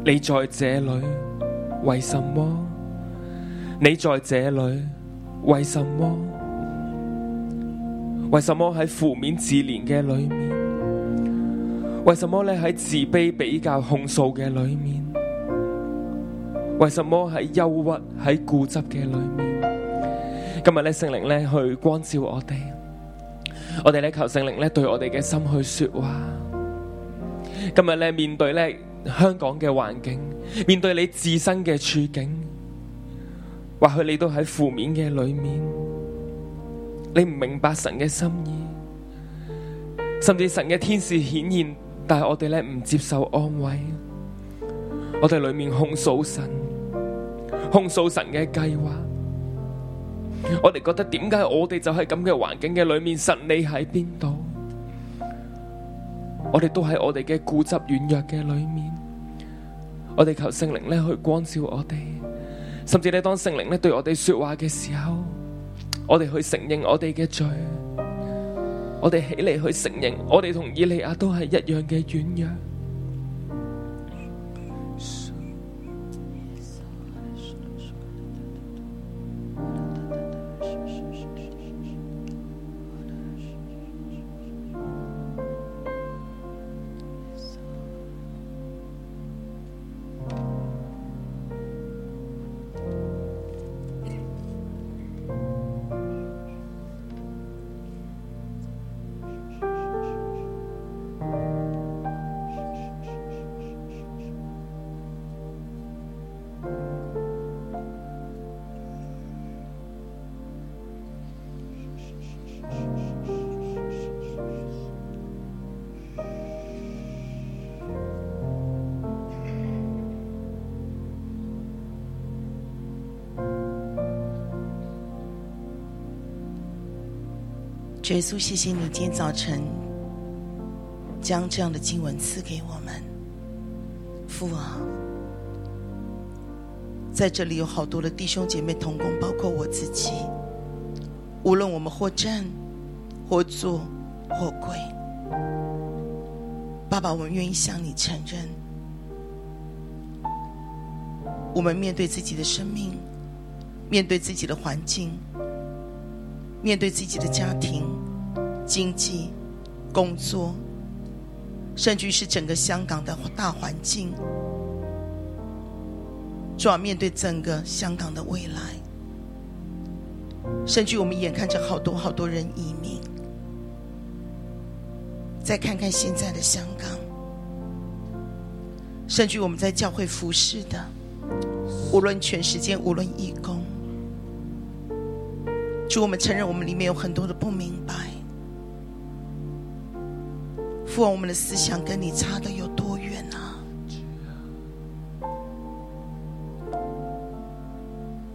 S5: 你在这里，为什么？你在这里，为什么？为什么喺负面自怜嘅里面？为什么咧喺自卑比较控诉嘅里面？为什么喺忧郁喺固执嘅里面？今日咧圣灵咧去光照我哋，我哋咧求圣灵咧对我哋嘅心去说话。今日咧面对咧香港嘅环境，面对你自身嘅处境，或许你都喺负面嘅里面，你唔明白神嘅心意。甚至神嘅天使显现，但系我哋咧唔接受安慰，我哋里面控诉神，控诉神嘅计划，我哋觉得点解我哋就喺咁嘅环境嘅里面，神你喺边度？我哋都喺我哋嘅固执软弱嘅里面，我哋求圣灵咧去光照我哋，甚至咧当圣灵咧对我哋说话嘅时候，我哋去承认我哋嘅罪。我哋起嚟去承认，我哋同以利亚都系一样嘅软弱。
S6: 主耶稣，谢谢你今天早晨将这样的经文赐给我们。父啊，在这里有好多的弟兄姐妹同工，包括我自己。无论我们或站、或坐、或跪，爸爸，我们愿意向你承认，我们面对自己的生命，面对自己的环境。面对自己的家庭、经济、工作，甚至于是整个香港的大环境，主要面对整个香港的未来，甚至于我们眼看着好多好多人移民，再看看现在的香港，甚至于我们在教会服侍的，无论全时间，无论义工。主，我们承认我们里面有很多的不明白。父啊王，我们的思想跟你差的有多远啊？啊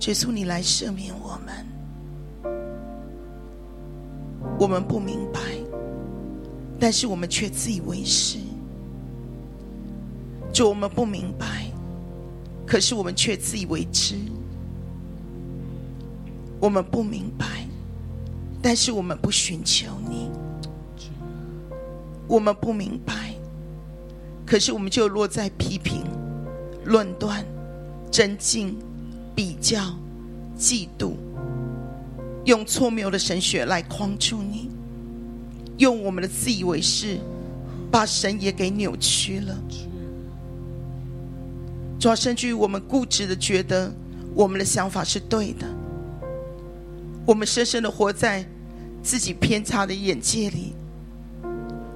S6: 耶稣，你来赦免我们。我们不明白，但是我们却自以为是。主，我们不明白，可是我们却自以为知。我们不明白，但是我们不寻求你。我们不明白，可是我们就落在批评、论断、争竞、比较、嫉妒，用错谬的神学来框住你，用我们的自以为是，把神也给扭曲了。主要甚至于我们固执的觉得我们的想法是对的，我们深深的活在自己偏差的眼界里，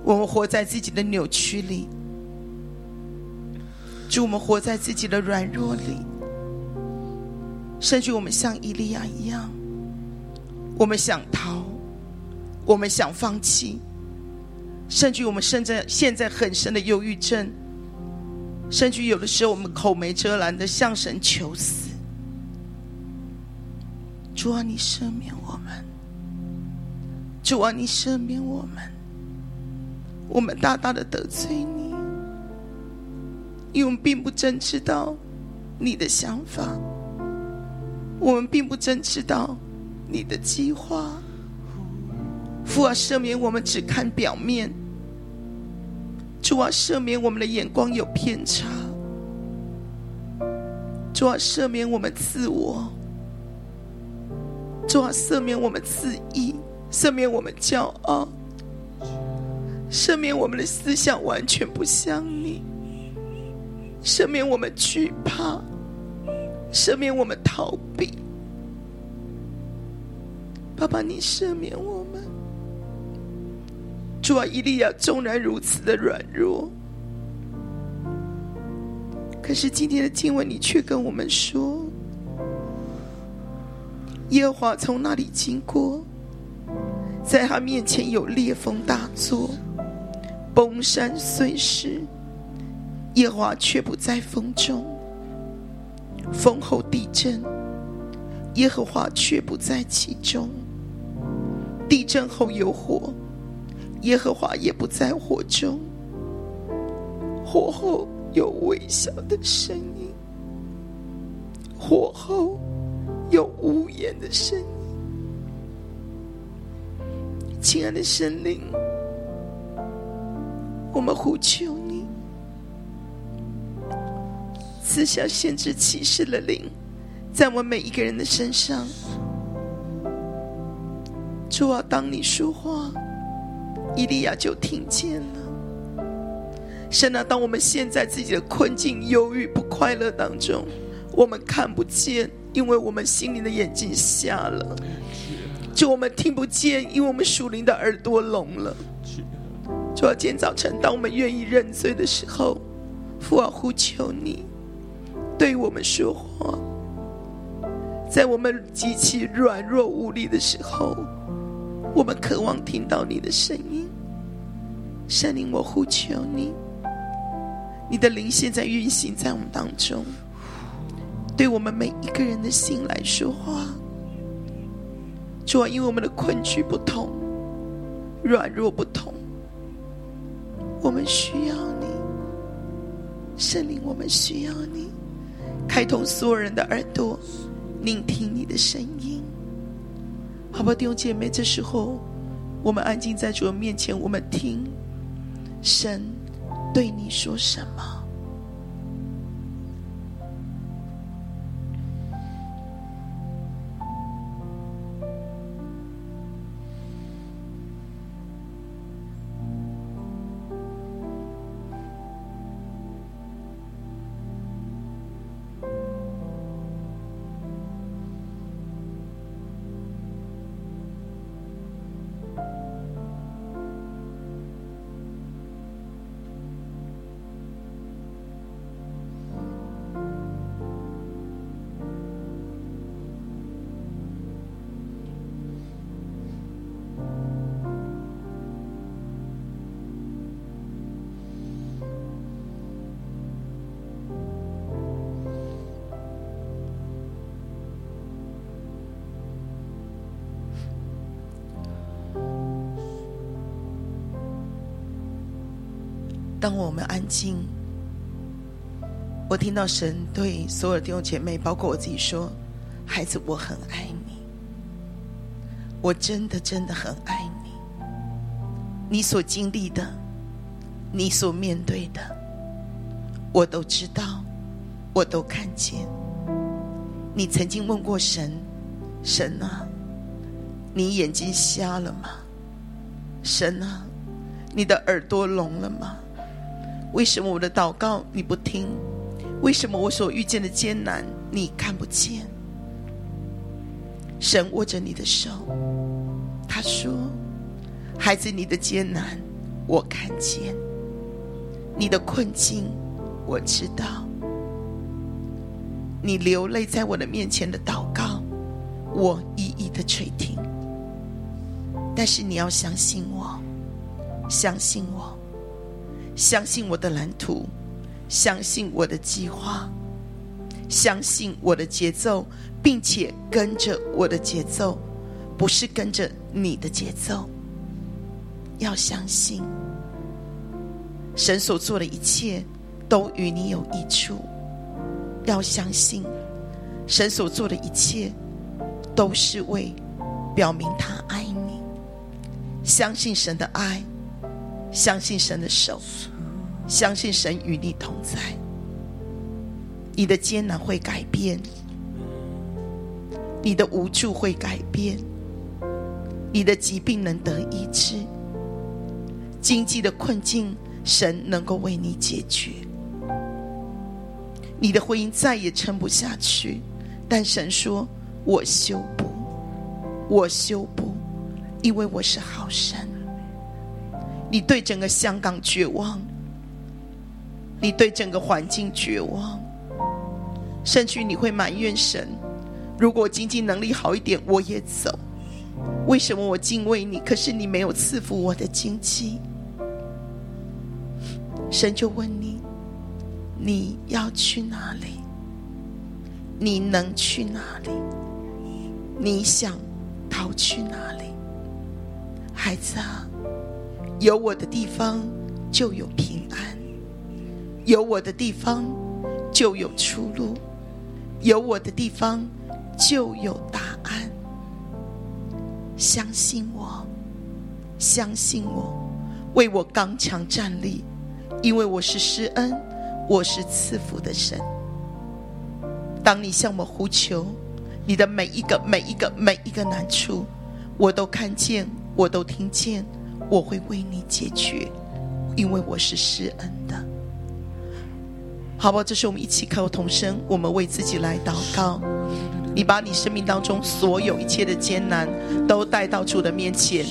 S6: 我们活在自己的扭曲里，主，我们活在自己的软弱里，甚至我们像伊利亚一样，我们想逃，我们想放弃，甚至于我们现在现在很深的忧郁症，甚至于有的时候我们口没遮拦的向神求死。主啊，你赦免我们！主啊，你赦免我们！我们大大的得罪你，因为我们并不真知道你的想法，我们并不真知道你的计划。父啊，赦免我们只看表面；主啊，赦免我们的眼光有偏差；主啊，赦免我们自我；主啊，赦免我们自义，赦免我们骄傲，赦免我们的思想完全不像你，赦免我们惧怕，赦免我们逃避。爸爸，你赦免我们。主啊，以利亚纵然如此的软弱，可是今天的经文你却跟我们说，耶和华从那里经过，在他面前有烈风大作，崩山碎石，耶和华却不在风中；风后地震，耶和华却不在其中；地震后有火。耶和华也不在火中，火后有微小的声音，火后有无言的声音。亲爱的神灵，我们呼求你，赐下限制启示的灵，在我们每一个人的身上。主啊，当你说话。伊利亚就听见了。神啊，当我们陷在自己的困境、忧郁、不快乐当中，我们看不见，因为我们心灵的眼睛瞎了；就我们听不见，因为我们属灵的耳朵聋了。主啊，今天早晨，当我们愿意认罪的时候，父啊，呼求你对我们说话，在我们极其软弱无力的时候。我们渴望听到你的声音。圣灵，我呼求你，你的灵现在运行在我们当中，对我们每一个人的心来说话。主啊，因为我们的困局不同，软弱不同，我们需要你，圣灵，我们需要你，开通所有人的耳朵，聆听你的声音。好吧，弟兄姐妹，这时候我们安静在主的面前，我们听神对你说什么。当我们安静，我听到神对所有弟兄姐妹，包括我自己说：“孩子，我很爱你，我真的真的很爱你。你所经历的，你所面对的，我都知道，我都看见。你曾经问过神：神啊，你眼睛瞎了吗？神啊，你的耳朵聋了吗？”为什么我的祷告你不听？为什么我所遇见的艰难你看不见？神握着你的手，他说：“孩子，你的艰难我看见，你的困境我知道，你流泪在我的面前的祷告，我一一的垂听。但是你要相信我，相信我，相信我的蓝图，相信我的计划，相信我的节奏，并且跟着我的节奏，不是跟着你的节奏。要相信，神所做的一切都与你有益处。要相信，神所做的一切都是为表明他爱你。相信神的爱，相信神的手，相信神与你同在。你的艰难会改变，你的无助会改变，你的疾病能得医治，经济的困境神能够为你解决。你的婚姻再也撑不下去，但神说：“我修补，我修补。”因为我是好神。你对整个香港绝望，你对整个环境绝望，甚至你会埋怨神：如果我经济能力好一点，我也走。为什么我敬畏你，可是你没有赐福我的经济？神就问你：你要去哪里？你能去哪里？你想逃去哪里？孩子啊，有我的地方就有平安，有我的地方就有出路，有我的地方就有答案。相信我，相信我，为我刚强站立，因为我是施恩，我是赐福的神。当你向我呼求，你的每一个、每一个、每一个难处，我都看见，我都听见，我会为你解决，因为我是施恩的。好不好？这是我们一起开口同声，我们为自己来祷告。你把你生命当中所有一切的艰难都带到主的面前。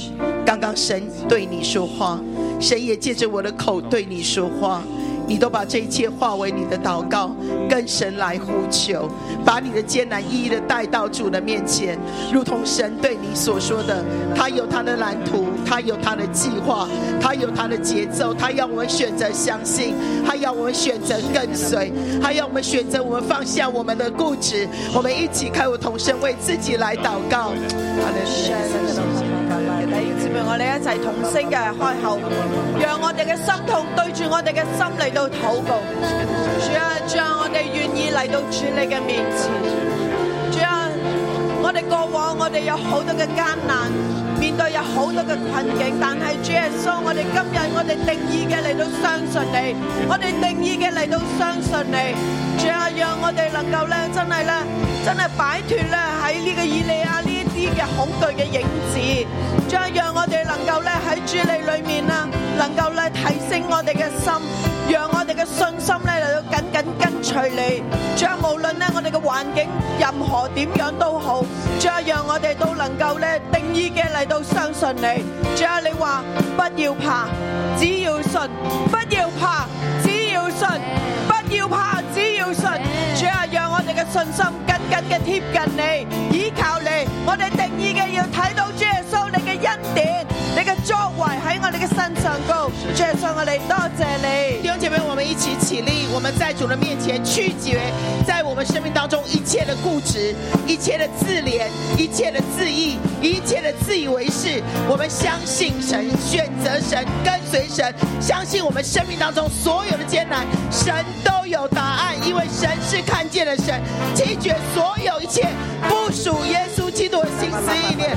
S6: 刚刚神对你说话，神也借着我的口对你说话。你都把这一切化为你的祷告，跟神来呼求，把你的艰难一一的带到主的面前，如同神对你所说的，他有他的蓝图，他有他的计划，他有他的节奏，他要我们选择相信，他要我们选择跟随，他要我们选择我们放下我们的固执，我们一起开口同声为自己来祷告。好的，
S7: 弟兄姊妹，我哋一齊同聲嘅開口，讓我哋嘅心痛對住我哋嘅心嚟到禱告。主啊，主啊，我哋願意嚟到主你嘅面前。主啊，我哋過往我哋有好多嘅艱難，面對有好多嘅困境，但係主耶穌，我哋今日我哋定義嘅嚟到相信你，我哋定義嘅嚟到相信你。主啊，讓我哋能夠咧，真係咧，真係擺脱咧喺呢個以利亞呢一啲嘅恐懼嘅影子。主啊，让我哋能够咧喺主你里面啊，能够咧提升我哋嘅心，让我哋嘅信心咧嚟到紧紧跟随你。主啊，无论咧我哋嘅环境任何点样都好，主啊，让我哋都能够咧定义嘅嚟到相信你。主啊，你话不要怕，只要信；不要怕，只要信；不要怕，只要信。主啊，让我哋嘅信心紧紧嘅贴近你，依靠你。我哋定义嘅要睇到主耶稣你嘅恩典，你嘅作为喺我哋嘅身上高。主耶稣，我哋多谢你。
S6: 弟兄姐妹，我们一起起立，我们在主的面前拒绝在我们生命当中一切的固执、一切的自怜、一切的自义、一切的自以为是。我们相信神，选择神，跟随神，相信我们生命当中所有的艰难，神都有答案，因为神是看见的神，弃绝所有一切不属耶稣基督的心思意念。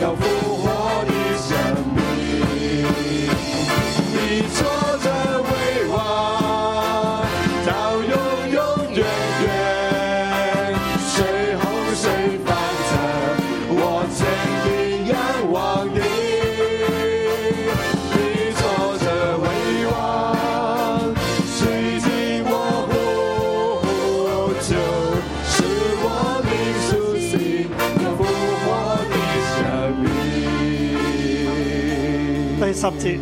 S8: 要复活的生命，你做着
S2: 十節，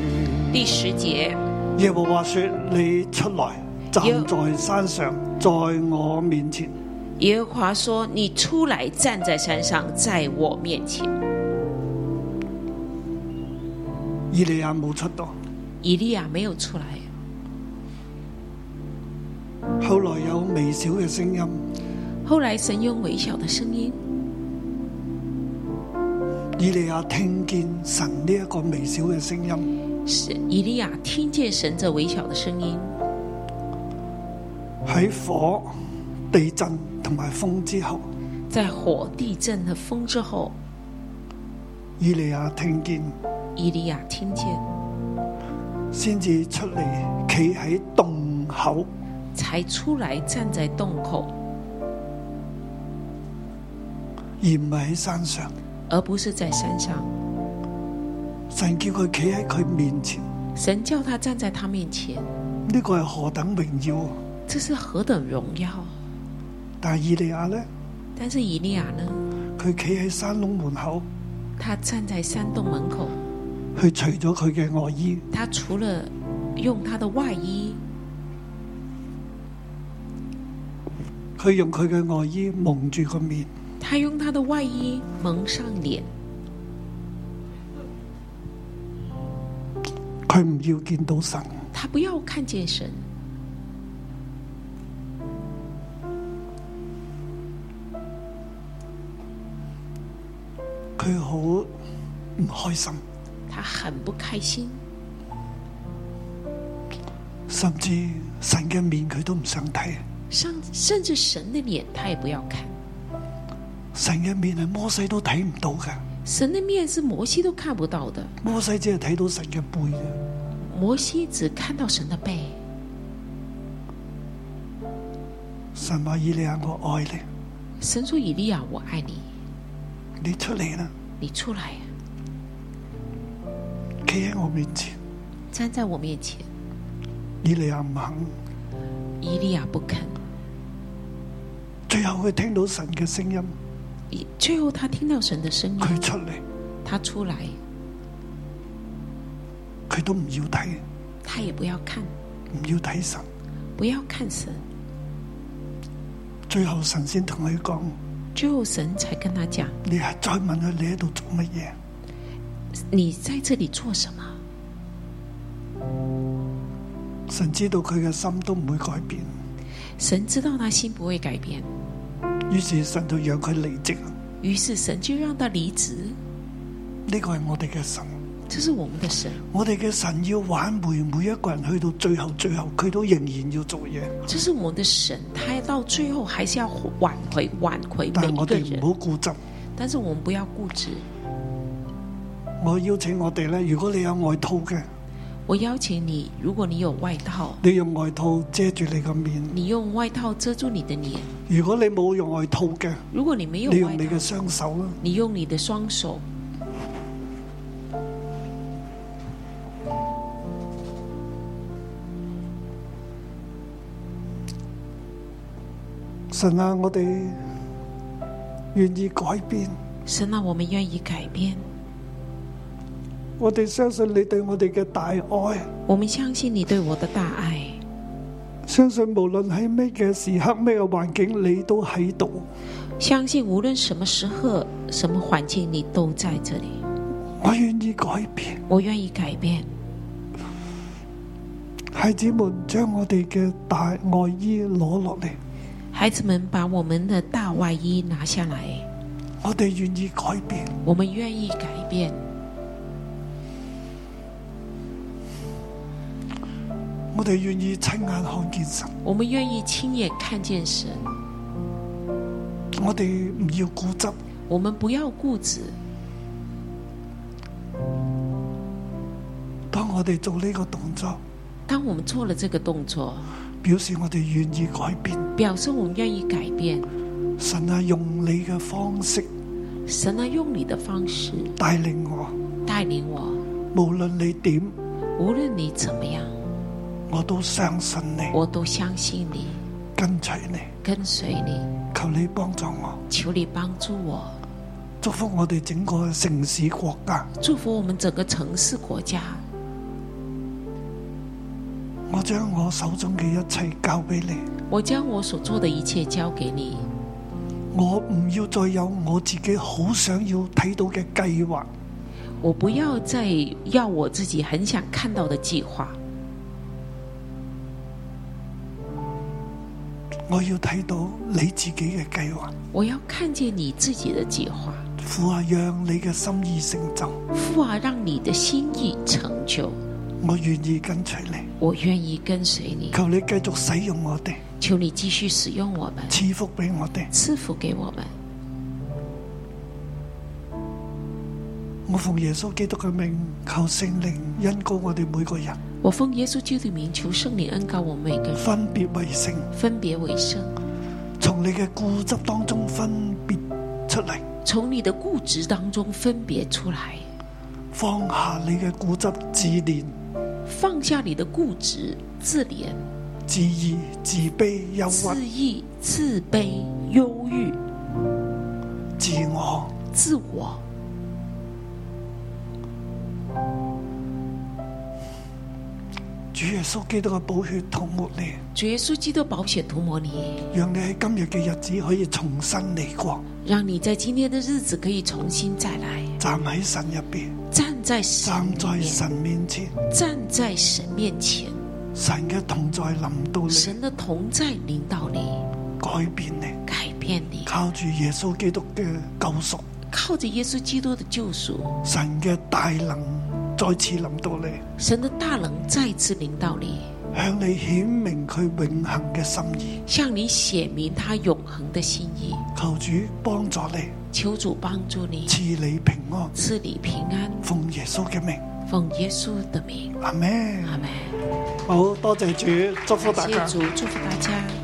S3: 第十节，
S2: 耶和華說：你出來，站在山上，在我面前。
S3: 耶和华说：“你出来站在山上，在我面前。
S2: 以利亞冇出到，”
S3: 以利亚没有出来，
S2: 後來有微小嘅聲音，
S3: 后来神用微小的声音，
S2: 以利亞聽見神呢一個微小嘅聲音，
S3: 是以利亚听见神这微小的声音，
S2: 喺火、地震同埋風之後，
S3: 在火、地震和风之后，
S2: 以利亞聽見，
S3: 以利亚听见，
S2: 先至出嚟，企喺洞口。
S3: 才出来站在洞口，
S2: 而唔係喺山上。
S3: 而不是在山上。
S2: 神叫佢企喺佢面前，
S3: 神叫他站在他面前，
S2: 呢、個係何等榮耀啊！
S3: 这是何等荣耀啊！
S2: 但係以利亞呢，
S3: 但是以利亚呢，
S2: 佢企喺山窿門口，
S3: 他站在山洞门口，
S2: 去除咗佢嘅外衣，
S3: 他除了用他的外衣，
S2: 佢用佢嘅外衣蒙住個面，
S3: 他用他的外衣蒙上脸，
S2: 佢唔要見到神。
S3: 他不要看见神。
S2: 佢好唔開心，
S3: 他很不开心，
S2: 甚至神嘅面佢都唔想睇。
S3: 甚甚至神的脸他也不要看，
S2: 神嘅面係摩西都睇唔到嘅，
S3: 神的面是摩西都看不到的，
S2: 摩西只係睇到神嘅背嘅。
S3: 摩西只看到神的背。
S2: 神話以利亞，我愛你，
S3: 神说：“以利亚，我爱你，
S2: 你出嚟啦，
S3: 你出来，啊
S2: 企喺我面前。
S3: 站在我面前。
S2: 以利亞唔肯。”
S3: 以利亚不肯，
S2: 最後佢聽到神嘅聲音，
S3: 以最后他听到神的声音，
S2: 佢出嚟，
S3: 他出来，
S2: 佢都唔要睇，
S3: 他也不要看，
S2: 唔要睇神。
S3: 不要看神。
S2: 最後神先同佢講：
S3: 最后神才跟他讲
S2: 你係再問佢你喺度做乜嘢？：“
S3: 你在这里做什么
S2: 神知道佢嘅心都唔會改變，？”
S3: 神知道他心不会改变，
S2: 於是神就讓佢離職。
S3: 于是神就让他离职。
S2: 呢個係我哋嘅神，
S3: 这是我们的神，
S2: 我哋嘅神要挽回每一個人，去到最後最後，佢都仍然要做嘢。
S3: 这是我们的神，他到最后还是要挽回，挽回每
S2: 但係
S3: 一
S2: 我
S3: 个
S2: 哋唔
S3: 人。
S2: 好固執。
S3: 但是我们不要固执。
S2: 我邀請我哋咧，如果你有外套嘅，
S3: 我邀请你，如果你有外套，
S2: 你用外套遮住你個面；
S3: 你用外套遮住你的脸；
S2: 如果你冇用外套嘅，
S3: 如果你没有
S2: 你
S3: 外
S2: 用你嘅
S3: 套，
S2: 雙手啦。
S3: 你用你的双手。
S2: 神啊，我哋願意改變，
S3: 神啊，我们愿意改变，
S2: 我哋相信你對我哋嘅大愛，
S3: 我们相信你对我的大爱，
S2: 相信無論喺咩嘅時刻、咩嘅環境，你都喺度。
S3: 相信无论什么时刻、什么环境，你都在这里。
S2: 我願意改變，
S3: 我愿意改变，
S2: 孩子們將我哋嘅大外衣攞落嚟，
S3: 孩子们把我们的大外衣拿下来，
S2: 我哋願意改變。
S3: 我们愿意改变。
S2: 我哋願意親眼看見神，
S3: 我们愿意亲眼看见神，
S2: 我哋唔要固執，
S3: 我们不要固执。
S2: 當我哋做呢個動作，
S3: 当我们做了这个动作，
S2: 表示我哋願意改變。
S3: 表示我们愿意改变。
S2: 神啊，用你嘅方式
S3: 神啊，用你的方式
S2: 帶領我，
S3: 带领我，
S2: 無論你點，
S3: 无论你怎么样，
S2: 我都相信你。
S3: 我都相信你，
S2: 跟随你，
S3: 跟随你。
S2: 求你帮助我，
S3: 求你帮助我，
S2: 祝福我哋整个城市国家，
S3: 祝福我们整个城市国家，
S2: 我將我手中嘅一切交俾你，
S3: 我将我所做的一切交给你，
S2: 我唔要再有我自己好想要睇到嘅計劃，
S3: 我不要再要我自己很想看到的计划，
S2: 我要睇到你自己嘅計劃。
S3: 我要看见你自己的计划。
S2: 父啊，讓你嘅心意成就，
S3: 父啊，让你的心意成就，
S2: 我願意跟隨你。
S3: 我愿意跟随你。
S2: 求你繼續使用我哋，
S3: 求你继续使用我们，
S2: 賜福俾我哋。
S3: 赐福给我们。
S2: 我奉耶穌基督嘅命，求聖靈恩膏我哋每個人，
S3: 我奉耶稣基督的名求圣灵恩膏我们每个人，
S2: 分別為聖，
S3: 分别为圣，
S2: 從你嘅固執當中分別出嚟，
S3: 从你的固执当中分别出来，
S2: 放下你嘅固執、自憐、
S3: 放下你的固执、自怜、
S2: 自義、自卑、憂鬱
S3: 自、意、自卑、忧郁、
S2: 自我。
S3: 自我。
S2: 主耶穌基督嘅寶血同抹你，
S3: 主耶稣基督保险涂抹你，
S2: 讓你喺今日嘅日子可以重新嚟過，
S3: 让你在今天的日子可以重新再来，
S2: 站喺神入邊，
S3: 站在神
S2: 站在
S3: 里面
S2: 神面前，
S3: 站在神面前，
S2: 神嘅同在臨到你，
S3: 神的同在领导你，
S2: 改變你，
S3: 改变你，
S2: 靠住耶穌基督嘅救贖，
S3: 靠着耶稣基督的救赎，
S2: 神嘅大能再次臨到你。
S3: 神的大能再次领导你，
S2: 向你顯明佢永恆嘅心意，
S3: 向你显明他永恒的心意。
S2: 求主幫助你，
S3: 求主帮助你，
S2: 賜你平安，
S3: 赐你平安，
S2: 奉耶穌嘅名，
S3: 奉耶稣的名，
S2: 阿咩？
S3: 阿门。
S2: 好多謝主，祝福大
S3: 感谢
S2: 家。
S3: 主，祝福大家。